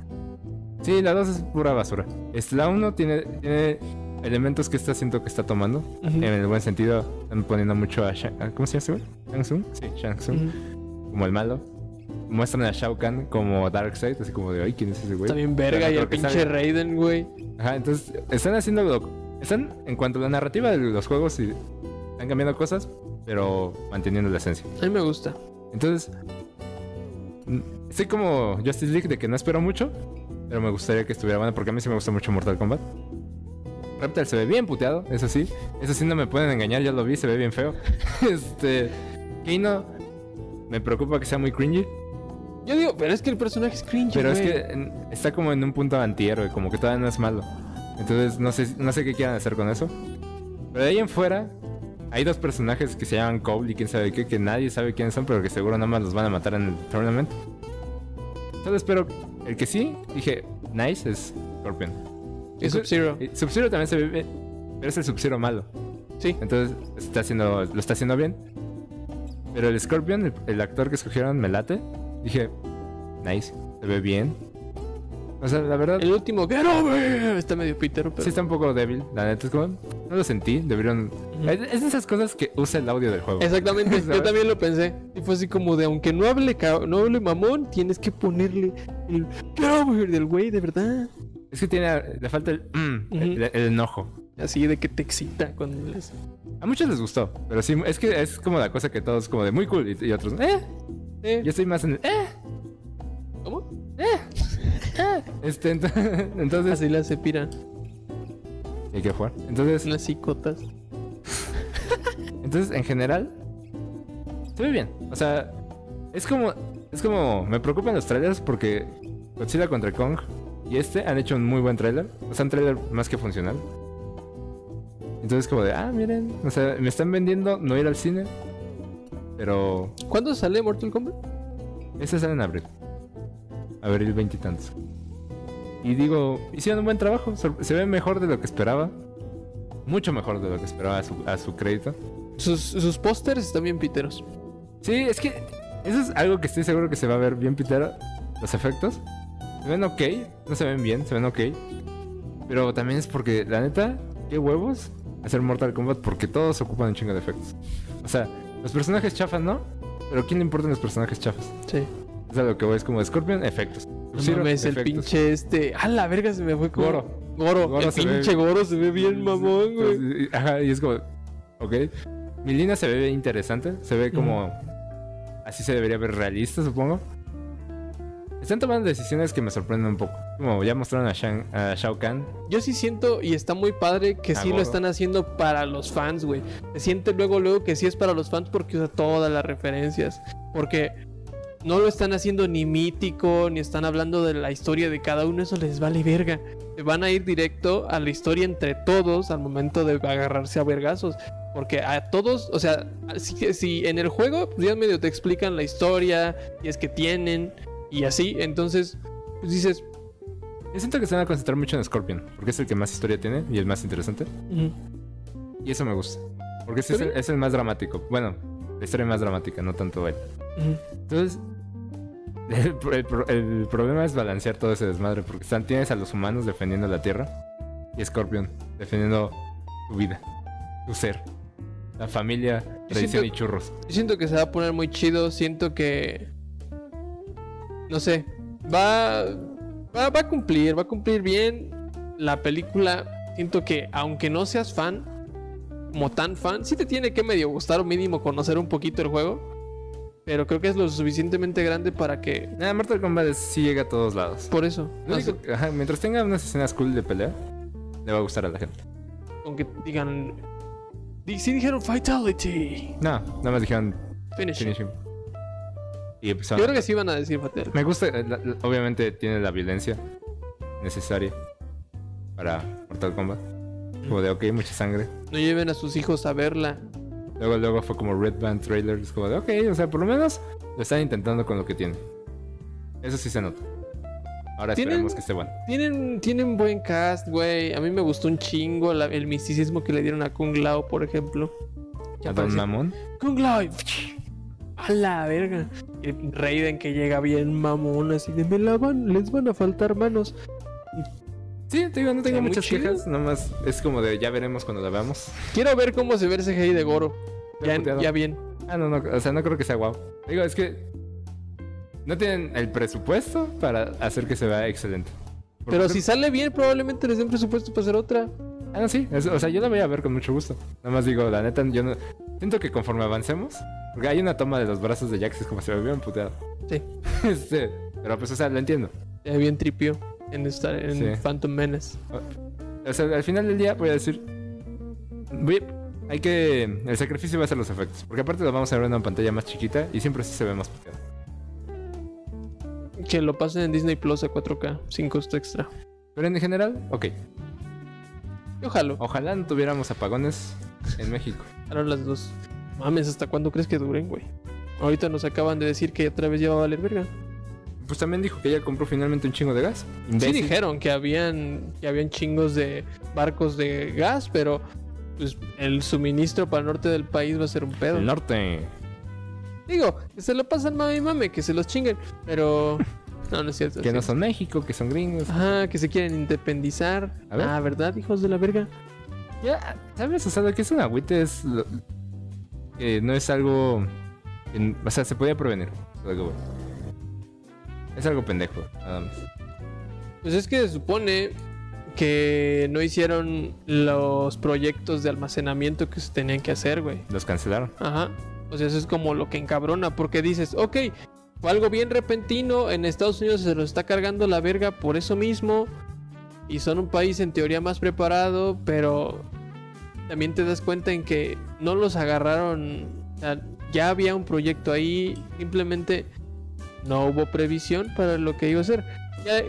Speaker 2: Sí, la 2 es pura basura. Este, la 1 tiene, tiene elementos que está siento que está tomando.
Speaker 1: Ujú,
Speaker 2: En el buen sentido, están poniendo mucho a Shang... ¿Cómo se llama ese güey? ¿Shang Tsung? Sí, Shang Tsung.
Speaker 1: ujú.
Speaker 2: Como el malo. Muestran a Shao Kahn como Darkseid, así como de, ay, ¿quién es ese güey?
Speaker 1: Está bien verga
Speaker 2: Pero no
Speaker 1: y el
Speaker 2: creo que
Speaker 1: pinche
Speaker 2: salga.
Speaker 1: Raiden, güey.
Speaker 2: Ajá, entonces están haciendo lo- están en cuanto a la narrativa de los juegos y están cambiando cosas, pero manteniendo la esencia.
Speaker 1: A mí me gusta.
Speaker 2: Entonces, mm, estoy como Justice League de que no espero mucho, pero me gustaría que estuviera buena porque a mí sí me gusta mucho Mortal Kombat. Reptile se ve bien puteado, eso sí. Eso sí no me pueden engañar, ya lo vi, se ve bien feo. [LAUGHS] este, Kano me preocupa que sea muy cringy,
Speaker 1: Yo digo, pero es que el personaje es cringe,
Speaker 2: pero es
Speaker 1: güey.
Speaker 2: que en- está como en un punto antihéroe, como que todavía no es malo. Entonces no sé, no sé qué quieran hacer con eso. Pero de ahí en fuera, hay dos personajes que se llaman Cole y quién sabe qué, que nadie sabe quiénes son, pero que seguro nada más los van a matar en el tournament. Solo espero el que sí, dije, nice, es Scorpion.
Speaker 1: Es Sub-Zero.
Speaker 2: Y Sub-Zero también se ve bien, pero es el Sub-Zero malo.
Speaker 1: Sí.
Speaker 2: Entonces está haciendo, lo está haciendo bien. Pero el Scorpion, el, el actor que escogieron, me late. Dije, nice, se ve bien. O sea, la verdad,
Speaker 1: El último, Get Over, está medio pitero, pero...
Speaker 2: sí está un poco débil. La neta es como, no lo sentí, deberían.
Speaker 1: Ujú.
Speaker 2: Es, es de esas cosas que usa el audio del juego.
Speaker 1: Exactamente,
Speaker 2: ¿Sabes?
Speaker 1: yo también lo pensé. Y fue así como de, aunque no hable, ca- no hable mamón, tienes que ponerle el Get Over del güey, de verdad.
Speaker 2: Es que tiene, le falta el, [CLEARS THROAT] mm,
Speaker 1: Ujú.
Speaker 2: el- el enojo.
Speaker 1: Así de que te excita cuando... les-
Speaker 2: A muchos les gustó, pero sí, es que es como la cosa que todos, como de muy cool, y, y otros, eh.
Speaker 1: Eh,
Speaker 2: Yo estoy más en el, eh.
Speaker 1: ¿Cómo?
Speaker 2: Este, [LAUGHS] ento- entonces.
Speaker 1: Así la se pira.
Speaker 2: Hay que jugar. Entonces,
Speaker 1: Unas cicotas.
Speaker 2: Entonces, en general, se ve bien. O sea, es como. Es como. Me preocupan los trailers porque Godzilla contra Kong y este han hecho un muy buen trailer. O sea, un trailer más que funcional. Entonces, como de, ah, miren. O sea, me están vendiendo no ir al cine. Pero.
Speaker 1: ¿Cuándo sale Mortal Kombat?
Speaker 2: Este sale en abril. Abril veintitantos. Y digo, hicieron un buen trabajo. sor- Se ve mejor de lo que esperaba. Mucho mejor de lo que esperaba a su- a su crédito.
Speaker 1: Sus, sus pósters están bien piteros.
Speaker 2: Sí, es que eso es algo que estoy seguro que se va a ver bien pitero. Los efectos se ven ok, no se ven bien, se ven ok. Pero también es porque, la neta, qué huevos hacer Mortal Kombat porque todos ocupan un chingo de efectos. O sea, los personajes chafas no, pero ¿quién le importan los personajes chafas?
Speaker 1: Sí.
Speaker 2: Es a lo que voy, es como Scorpion, efectos.
Speaker 1: No
Speaker 2: Sub-Zero,
Speaker 1: mames, el
Speaker 2: efectos.
Speaker 1: pinche este. ¡Ah, la verga! Se me fue como.
Speaker 2: Goro.
Speaker 1: Goro.
Speaker 2: Goro
Speaker 1: el
Speaker 2: se ve-
Speaker 1: pinche Goro se ve bien mamón, güey.
Speaker 2: Entonces, y- Ajá, y es como, ok. Milina se ve interesante, se ve como... Así se debería ver realista, supongo. Están tomando decisiones que me sorprenden un poco. Como ya mostraron a, Shang- a Shao Kahn.
Speaker 1: Yo sí siento, y está muy padre, que
Speaker 2: A
Speaker 1: sí lo
Speaker 2: gorro.
Speaker 1: están haciendo para los fans, güey. Se siente luego, luego que sí es para los fans porque usa todas las referencias. Porque no lo están haciendo ni mítico, ni están hablando de la historia de cada uno, eso les vale verga. Se van a ir directo a la historia entre todos al momento de agarrarse a vergazos. Porque a todos, o sea, si, si en el juego pues, ya medio te explican la historia, y es que tienen, y así, entonces pues, dices,
Speaker 2: Yo siento que se van a concentrar mucho en Scorpion, porque es el que más historia tiene y el más interesante.
Speaker 1: "Mm,
Speaker 2: Y eso me gusta. Porque sí es, el,
Speaker 1: Pero-
Speaker 2: es el más dramático. Bueno, la historia más dramática, no tanto él.
Speaker 1: mm".
Speaker 2: Entonces, [LAUGHS] el, pro- el pro- el problema es balancear todo ese desmadre, porque están, tienes a los humanos defendiendo la Tierra y Scorpion defendiendo su vida, su ser, la familia, tradición
Speaker 1: siento-
Speaker 2: y churros.
Speaker 1: Yo siento que se va a poner muy chido. Siento que. No sé. Va, va. va a cumplir. Va a cumplir bien la película. Siento que, aunque no seas fan, como tan fan, sí te tiene que medio gustar o mínimo conocer un poquito el juego. Pero creo que es lo suficientemente grande para que.
Speaker 2: Nada, Mortal Kombat es- sí llega a todos lados.
Speaker 1: Por eso.
Speaker 2: Lo único- ajá, mientras tenga unas escenas cool de pelea, le va a gustar a la gente.
Speaker 1: Aunque digan. di- Sí dijeron Fatality.
Speaker 2: No, nada más dijeron
Speaker 1: Finish.
Speaker 2: finish him. Y
Speaker 1: Yo
Speaker 2: empezaron.
Speaker 1: creo que sí van a decir Fatality.
Speaker 2: Me gusta, eh, la- la- obviamente tiene la violencia necesaria para Mortal Kombat. Como de, ok, mucha sangre.
Speaker 1: No lleven a sus hijos a verla.
Speaker 2: Luego, luego fue como Red Band Trailer. Es como de, ok, o sea, por lo menos lo están intentando con lo que tienen. Eso sí se nota. Ahora
Speaker 1: Tienen-
Speaker 2: esperemos que esté bueno.
Speaker 1: Tienen, tienen buen cast, güey. A mí me gustó un chingo la- el misticismo que le dieron a Kung Lao, por ejemplo. Que
Speaker 2: A Don
Speaker 1: aparece-
Speaker 2: Mamón.
Speaker 1: Kung Lao. y- A la verga. Y Raiden que llega bien mamón, así de me la van, les van a faltar manos.
Speaker 2: Sí, te digo, no tengo
Speaker 1: ve muy
Speaker 2: muchas
Speaker 1: chido.
Speaker 2: quejas. Nomás es como de, ya veremos cuando la veamos.
Speaker 1: Quiero ver cómo se ve el CGI de Goro. Ya,
Speaker 2: puteado.
Speaker 1: ya bien.
Speaker 2: Ah, no, no, o sea, no creo que sea guau. Digo, es que no tienen el presupuesto para hacer que se vea excelente. Por
Speaker 1: Pero
Speaker 2: ejemplo-
Speaker 1: si sale bien, probablemente les den presupuesto para hacer otra.
Speaker 2: Ah, no, sí. es- o sea, yo la voy a ver con mucho gusto. Nada más digo, la neta, yo no... Siento que conforme avancemos... Porque hay una toma de los brazos de Jax, es como se ve bien puteado.
Speaker 1: Sí.
Speaker 2: [LAUGHS] este, pero pues, o sea, lo entiendo.
Speaker 1: Ya bien tripio en estar en
Speaker 2: Sí.
Speaker 1: Phantom Menace.
Speaker 2: O sea, al final del día voy a decir... voy- hay que... El sacrificio va a ser los efectos. Porque aparte lo vamos a ver en una pantalla más chiquita y siempre sí se ve más puteado.
Speaker 1: Que lo pasen en Disney Plus a 4K, sin costo extra.
Speaker 2: Pero en general, ok.
Speaker 1: Yo jalo.
Speaker 2: Ojalá no tuviéramos apagones en México.
Speaker 1: Ahora las dos. Mames, ¿hasta cuándo crees que duren, güey? Ahorita nos acaban de decir que otra vez ya va a valer verga.
Speaker 2: Pues también dijo que ella compró finalmente un chingo de gas.
Speaker 1: Sí
Speaker 2: Imbécil.
Speaker 1: dijeron que habían, que habían chingos de barcos de gas, pero pues, el suministro para el norte del país va a ser un pedo.
Speaker 2: El norte.
Speaker 1: Digo, que se lo pasan mami y mame, que se los chinguen,
Speaker 2: [LAUGHS]
Speaker 1: pero... No, no es cierto.
Speaker 2: Que
Speaker 1: sí.
Speaker 2: no son México, que son gringos.
Speaker 1: Ajá, que se quieren independizar.
Speaker 2: A ver.
Speaker 1: Ah, ¿verdad, hijos de la verga?
Speaker 2: Ya, ¿sabes? O sea, lo que es un agüite es. lo- que no es algo. que n- o sea, se podía prevenir. lo que voy. Es algo pendejo, nada más.
Speaker 1: Pues es que se supone que no hicieron los proyectos de almacenamiento que se tenían que hacer, güey.
Speaker 2: Los cancelaron.
Speaker 1: Ajá. O sea, eso es como lo que encabrona, porque dices, ok, fue algo bien repentino, en Estados Unidos se lo está cargando la verga por eso mismo, y son un país en teoría más preparado, pero también te das cuenta en que no los agarraron, o sea, ya había un proyecto ahí, simplemente no hubo previsión para lo que iba a ser. Ya,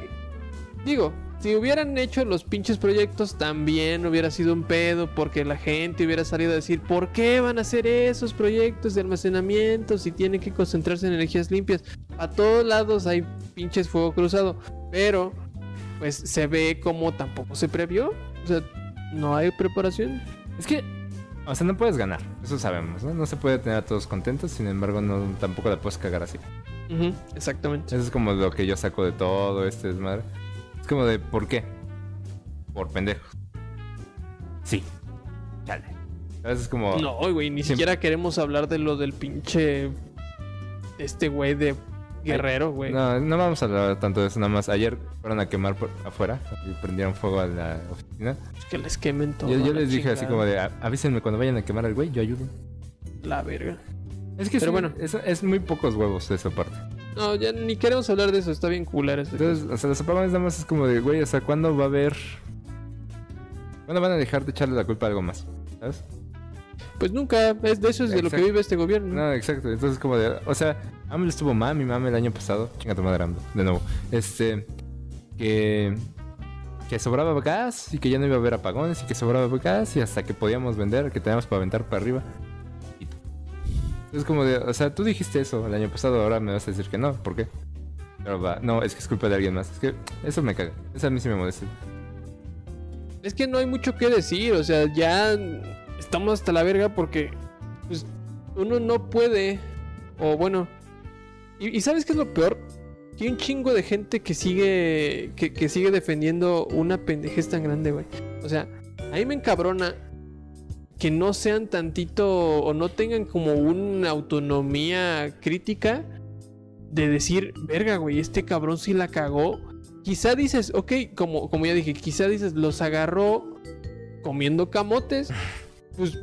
Speaker 1: digo, si hubieran hecho los pinches proyectos también hubiera sido un pedo porque la gente hubiera salido a decir, ¿por qué van a hacer esos proyectos de almacenamiento si tienen que concentrarse en energías limpias? A todos lados hay pinches fuego cruzado, pero pues se ve como tampoco se previó, o sea, no hay preparación.
Speaker 2: Es que. O sea, no puedes ganar. Eso sabemos, ¿no? No se puede tener a todos contentos. Sin embargo, no, tampoco la puedes cagar así.
Speaker 1: Ujú, exactamente.
Speaker 2: Eso es como lo que yo saco de todo este desmadre. Es como de, ¿por qué? Por pendejos. Sí. Chale. ¿Sabes? Es como.
Speaker 1: No, güey, ni
Speaker 2: Siempre-
Speaker 1: siquiera queremos hablar de lo del pinche este güey de guerrero, güey.
Speaker 2: No, no vamos a hablar tanto de eso, nada más. Ayer fueron a quemar por afuera y prendieron fuego a la oficina.
Speaker 1: Que les quemen todo.
Speaker 2: Yo, yo les dije así como de, "A- avísenme cuando vayan a quemar al güey, yo ayudo.
Speaker 1: La verga.
Speaker 2: Es que
Speaker 1: Pero
Speaker 2: sí,
Speaker 1: bueno.
Speaker 2: es, es muy pocos huevos de esa parte.
Speaker 1: No, ya ni queremos hablar de eso, está bien culero este
Speaker 2: Entonces, o sea, los apagones nada más es como de, güey, o sea, ¿cuándo va a haber. ¿Cuándo van a dejar de echarle la culpa a algo más?
Speaker 1: caso.
Speaker 2: ¿Sabes?
Speaker 1: Pues nunca, es de eso es de lo que
Speaker 2: Exacto.
Speaker 1: vive este gobierno.
Speaker 2: No, exacto. Entonces, como de. O sea, AMLO estuvo mami, mami el año pasado. Chinga tu madre, AMLO. De nuevo. Este. Que. Que sobraba gas y que ya no iba a haber apagones y que sobraba gas y hasta que podíamos vender, que teníamos para aventar para arriba. Y- Entonces, como de. O sea, tú dijiste eso el año pasado, ahora me vas a decir que no. ¿Por qué? Pero va, no, es que es culpa de alguien más. Es que eso me caga. Eso a mí sí me molesta.
Speaker 1: Es que no hay mucho que decir, o sea, ya estamos hasta la verga porque pues, uno no puede, o bueno, y, y ¿sabes qué es lo peor? Que hay un chingo de gente que sigue, que, que sigue defendiendo una pendejez tan grande, güey. O sea, a mí me encabrona que no sean tantito o no tengan como una autonomía crítica de decir, verga, güey, este cabrón sí la cagó. Quizá dices, ok, como, como ya dije, quizá dices, los agarró comiendo camotes. Pues,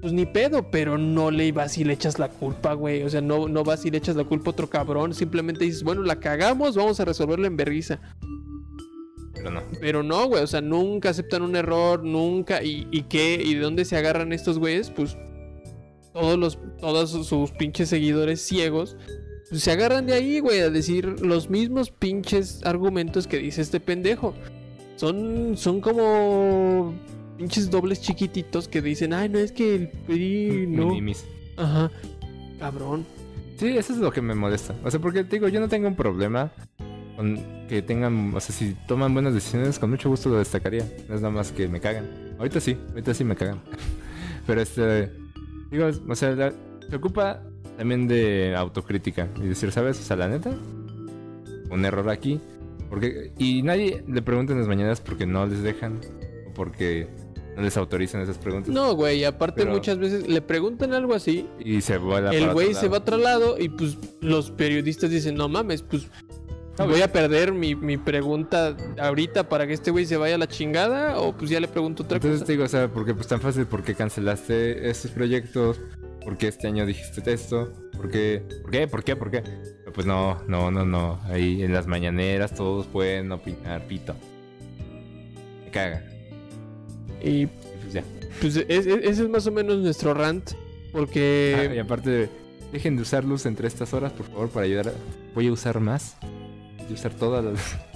Speaker 1: pues ni pedo, pero no le vas y le echas la culpa, güey. O sea, no, no vas y le echas la culpa a otro cabrón. Simplemente dices, bueno, la cagamos, vamos a resolverlo en berriza.
Speaker 2: Pero no.
Speaker 1: Pero no, güey, o sea, nunca aceptan un error, nunca. ¿Y, y qué? ¿Y de dónde se agarran estos güeyes? Pues todos los, todos sus- sus pinches seguidores ciegos. pues, se agarran de ahí, güey, a decir los mismos pinches argumentos que dice este pendejo. Son, son como pinches dobles chiquititos que dicen, ay, no es que el PRI no.
Speaker 2: Minimis.
Speaker 1: Ajá. Cabrón.
Speaker 2: Sí, eso es lo que me molesta. O sea, porque te digo, yo no tengo un problema con que tengan, o sea, si toman buenas decisiones, con mucho gusto lo destacaría. No es nada más que me cagan. Ahorita sí, ahorita sí me cagan. [LAUGHS] Pero este, digo, o sea, la- se ocupa también de autocrítica y decir, ¿sabes? O sea, la neta, un error aquí. Porque, y nadie le pregunta en las mañanas porque no les dejan o porque no les autorizan esas preguntas.
Speaker 1: No, güey, y aparte
Speaker 2: Pero-
Speaker 1: muchas veces le preguntan algo así
Speaker 2: Y se vuela para
Speaker 1: el
Speaker 2: otro
Speaker 1: güey se
Speaker 2: lado.
Speaker 1: va a otro lado y pues los periodistas dicen, no mames, pues voy a perder mi, mi pregunta ahorita para que este güey se vaya a la chingada o pues ya le pregunto otra
Speaker 2: Entonces te
Speaker 1: cosa.
Speaker 2: digo, o sea, porque pues tan fácil, ¿por qué cancelaste estos proyectos? ¿Por qué este año dijiste esto? ¿Por qué? ¿Por qué? ¿Por qué? ¿Por qué? Pero, Pues no, no, no, no. Ahí en las mañaneras todos pueden opinar, pito. Me caga.
Speaker 1: Y
Speaker 2: Y pues ya.
Speaker 1: pues es- es- ese es más o menos nuestro rant
Speaker 2: Ah, y
Speaker 1: porque
Speaker 2: aparte, dejen de usar luz entre estas horas, por favor, para ayudar. a- Voy a usar más. Voy a usar todas las... [LAUGHS]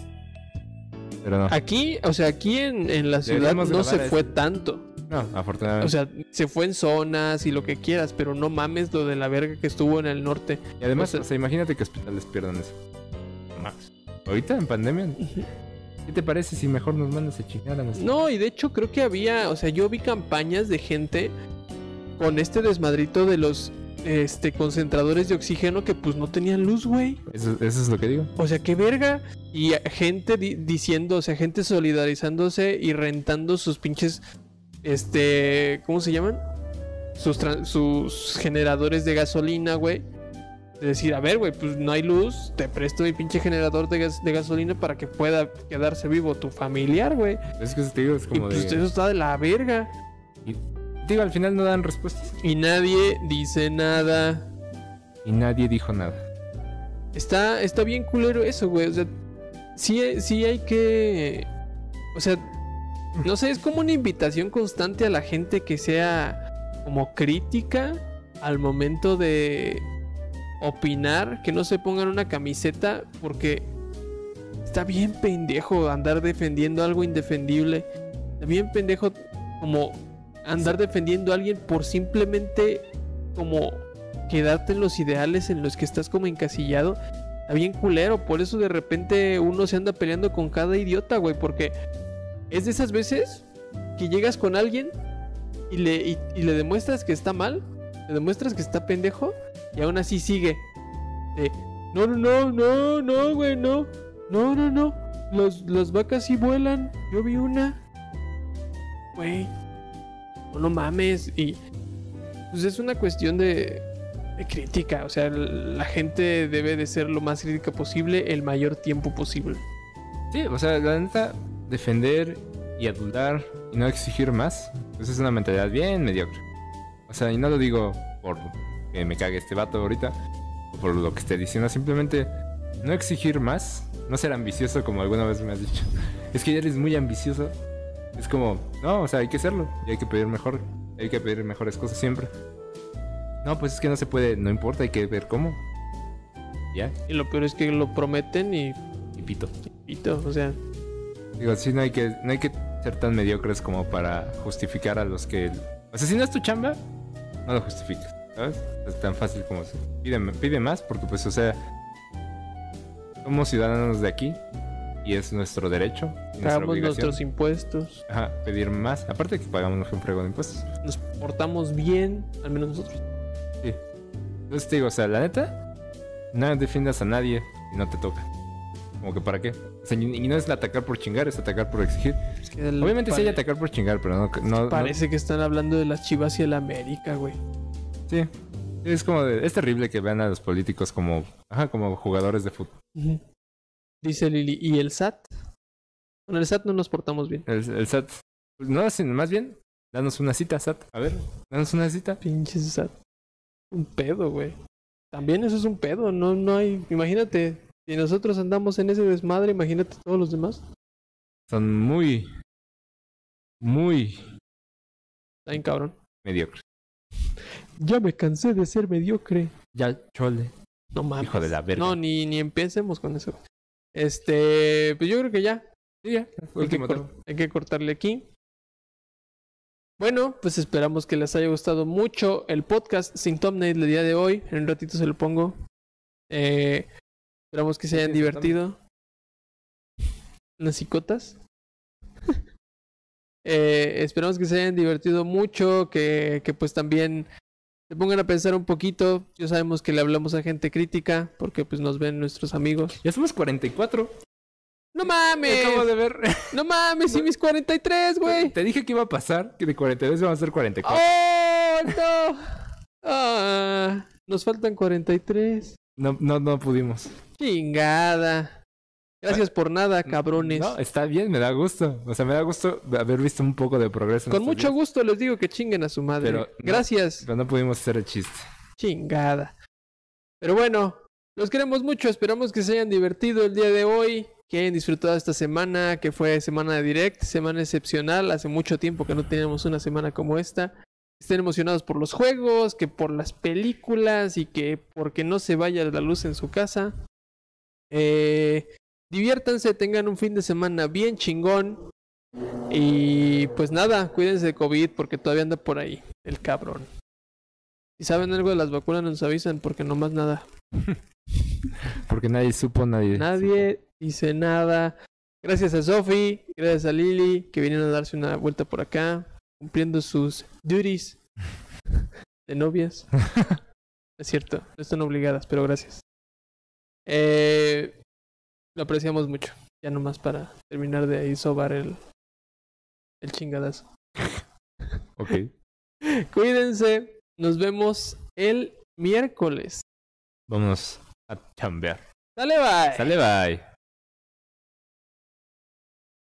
Speaker 2: Pero no.
Speaker 1: aquí, o sea, aquí en, en la ciudad
Speaker 2: Ah, Deberíamos
Speaker 1: no se
Speaker 2: grabar Ah.
Speaker 1: fue tanto.
Speaker 2: No, afortunadamente.
Speaker 1: O sea, se fue en zonas y lo que quieras, pero no mames lo de la verga que estuvo en el norte.
Speaker 2: y además,
Speaker 1: o sea-
Speaker 2: o sea, imagínate que hospitales pierdan eso. No mames. Ahorita en pandemia ¿Qué te parece si mejor nos mandas a chingar a nosotros?
Speaker 1: No, y de hecho creo que había, o sea, yo vi campañas de gente con este desmadrito de los este concentradores de oxígeno que pues no tenían luz, güey.
Speaker 2: Eso, eso es lo que digo.
Speaker 1: O sea, qué verga. Y a- gente di- diciendo, o sea, gente solidarizándose y rentando sus pinches este, ¿cómo se llaman? Sus tran- sus generadores de gasolina, güey. De decir, a ver, güey, pues no hay luz, te presto mi pinche generador de, gas- de gasolina para que pueda quedarse vivo tu familiar, güey.
Speaker 2: Es que eso te digo, es
Speaker 1: Y
Speaker 2: como
Speaker 1: pues
Speaker 2: de.
Speaker 1: eso está de la verga.
Speaker 2: Digo, al final no dan respuestas.
Speaker 1: Y nadie dice nada.
Speaker 2: Y nadie dijo nada.
Speaker 1: Está, está bien culero eso, güey. O sea, sí, hay- sí hay que. O sea, no sé, es como una invitación constante a la gente que sea como crítica al momento de opinar, que no se pongan una camiseta, porque está bien pendejo andar defendiendo algo indefendible. Está bien pendejo como andar defendiendo a alguien por simplemente como quedarte en los ideales en los que estás como encasillado. Está bien culero, por eso de repente uno se anda peleando con cada idiota, güey, porque es de esas veces que llegas con alguien y le, y- y le demuestras que está mal, le demuestras que está pendejo y aún así sigue. De, no, no, no, no, no, güey, no, no, no, no, los, las vacas sí vuelan, yo vi una. Güey, no, no mames, y pues es una cuestión de, de crítica. eh, O sea, el- la gente debe de ser lo más crítica posible el mayor tiempo posible.
Speaker 2: Sí, o sea, la neta, defender y adular y no exigir más. Pues es una mentalidad bien mediocre. O sea, y no lo digo por que me cague este vato ahorita. o por lo que esté diciendo, simplemente no exigir más, no ser ambicioso como alguna vez me has dicho. [LAUGHS] Es que ya eres muy ambicioso. Es como, no, o sea, hay que serlo y hay que pedir mejor, hay que pedir mejores cosas siempre. No, pues es que no se puede, no importa, hay que ver cómo. Ya,
Speaker 1: Y lo peor es que lo prometen y
Speaker 2: y pito.
Speaker 1: pito, o sea,
Speaker 2: Digo, sí, no hay que, no hay que ser tan mediocres como para justificar a los que. O sea, si no es tu chamba, no lo justifiques, ¿sabes? Es tan fácil como eso. Pide, pide más porque, pues, o sea, somos ciudadanos de aquí y es nuestro derecho. Y nuestra
Speaker 1: pagamos
Speaker 2: obligación.
Speaker 1: nuestros impuestos,
Speaker 2: Ajá, pedir más. Aparte que pagamos un frego de impuestos.
Speaker 1: nos portamos bien, al menos nosotros.
Speaker 2: Sí. Entonces te digo, o sea, la neta, no defiendas a nadie y no te toca. Como que para qué. O sea, y- y no es atacar por chingar, es atacar por exigir.
Speaker 1: Es que el-
Speaker 2: Obviamente sí hay
Speaker 1: pare-
Speaker 2: atacar por chingar, pero no. no- no-
Speaker 1: Parece que están hablando de las chivas y el América, güey.
Speaker 2: Sí. Es como de- es terrible que vean a los políticos como ajá, como jugadores de fútbol.
Speaker 1: Ujú. Dice Lili, ¿y el SAT? Con el SAT no nos portamos bien.
Speaker 2: El, el SAT. pues, No, sino más bien, danos una cita, SAT. A ver, danos una cita.
Speaker 1: Pinches SAT. Un pedo, güey. También eso es un pedo, no, no hay... Imagínate, si nosotros andamos en ese desmadre, imagínate todos los demás.
Speaker 2: Son muy muy
Speaker 1: Está bien cabrón.
Speaker 2: mediocres.
Speaker 1: Ya me cansé de ser mediocre.
Speaker 2: Ya chole.
Speaker 1: No mames.
Speaker 2: Hijo de la verga.
Speaker 1: No, ni, ni empecemos con eso. Este, pues yo creo que ya.
Speaker 2: Sí, ya.
Speaker 1: Hay que,
Speaker 2: Último
Speaker 1: cor-
Speaker 2: tema.
Speaker 1: hay que cortarle aquí. Bueno, pues esperamos que les haya gustado mucho el podcast sin thumbnail del día de hoy. En un ratito se lo pongo. Eh, esperamos que se hayan
Speaker 2: Sí, sí,
Speaker 1: divertido. Unas cicotas. [LAUGHS] Eh, esperamos que se hayan divertido mucho, que, que pues también se pongan a pensar un poquito. Ya sabemos que le hablamos a gente crítica, porque pues nos ven nuestros amigos.
Speaker 2: Ya somos 44.
Speaker 1: ¡No mames!
Speaker 2: Acabo de ver.
Speaker 1: No mames, y mis 43, [LAUGHS] güey.
Speaker 2: Te dije que iba a pasar, que de 42 vamos a ser 44.
Speaker 1: ¡Oh, no! Ah, nos faltan 43.
Speaker 2: No, no, no pudimos.
Speaker 1: Chingada. Gracias por nada, cabrones.
Speaker 2: No, está bien, me da gusto. O sea, me da gusto haber visto un poco de progreso. en
Speaker 1: Con
Speaker 2: estos
Speaker 1: mucho
Speaker 2: días,
Speaker 1: gusto les digo que chinguen a su madre.
Speaker 2: Pero no.
Speaker 1: Gracias.
Speaker 2: Pero no pudimos hacer el chiste.
Speaker 1: Chingada. Pero bueno, los queremos mucho. Esperamos que se hayan divertido el día de hoy. Que hayan disfrutado esta semana, que fue semana de direct, semana excepcional. Hace mucho tiempo que no teníamos una semana como esta. Estén emocionados por los juegos, que por las películas y que porque no se vaya la luz en su casa. Eh, diviértanse, tengan un fin de semana bien chingón. Y pues nada, cuídense de COVID porque todavía anda por ahí el cabrón. Si saben algo de las vacunas, nos avisan porque no más nada.
Speaker 2: Porque nadie supo, nadie.
Speaker 1: Nadie dice nada. Gracias a Sofi, gracias a Lili, que vinieron a darse una vuelta por acá, cumpliendo sus duties de novias. es cierto, no están obligadas, pero gracias. Eh, lo apreciamos mucho. Ya nomás para terminar de ahí sobar el, el chingadazo. [LAUGHS]
Speaker 2: Ok.
Speaker 1: Cuídense, nos vemos el miércoles.
Speaker 2: Vámonos a chambear.
Speaker 1: Dale, bye.
Speaker 2: Sale, bye.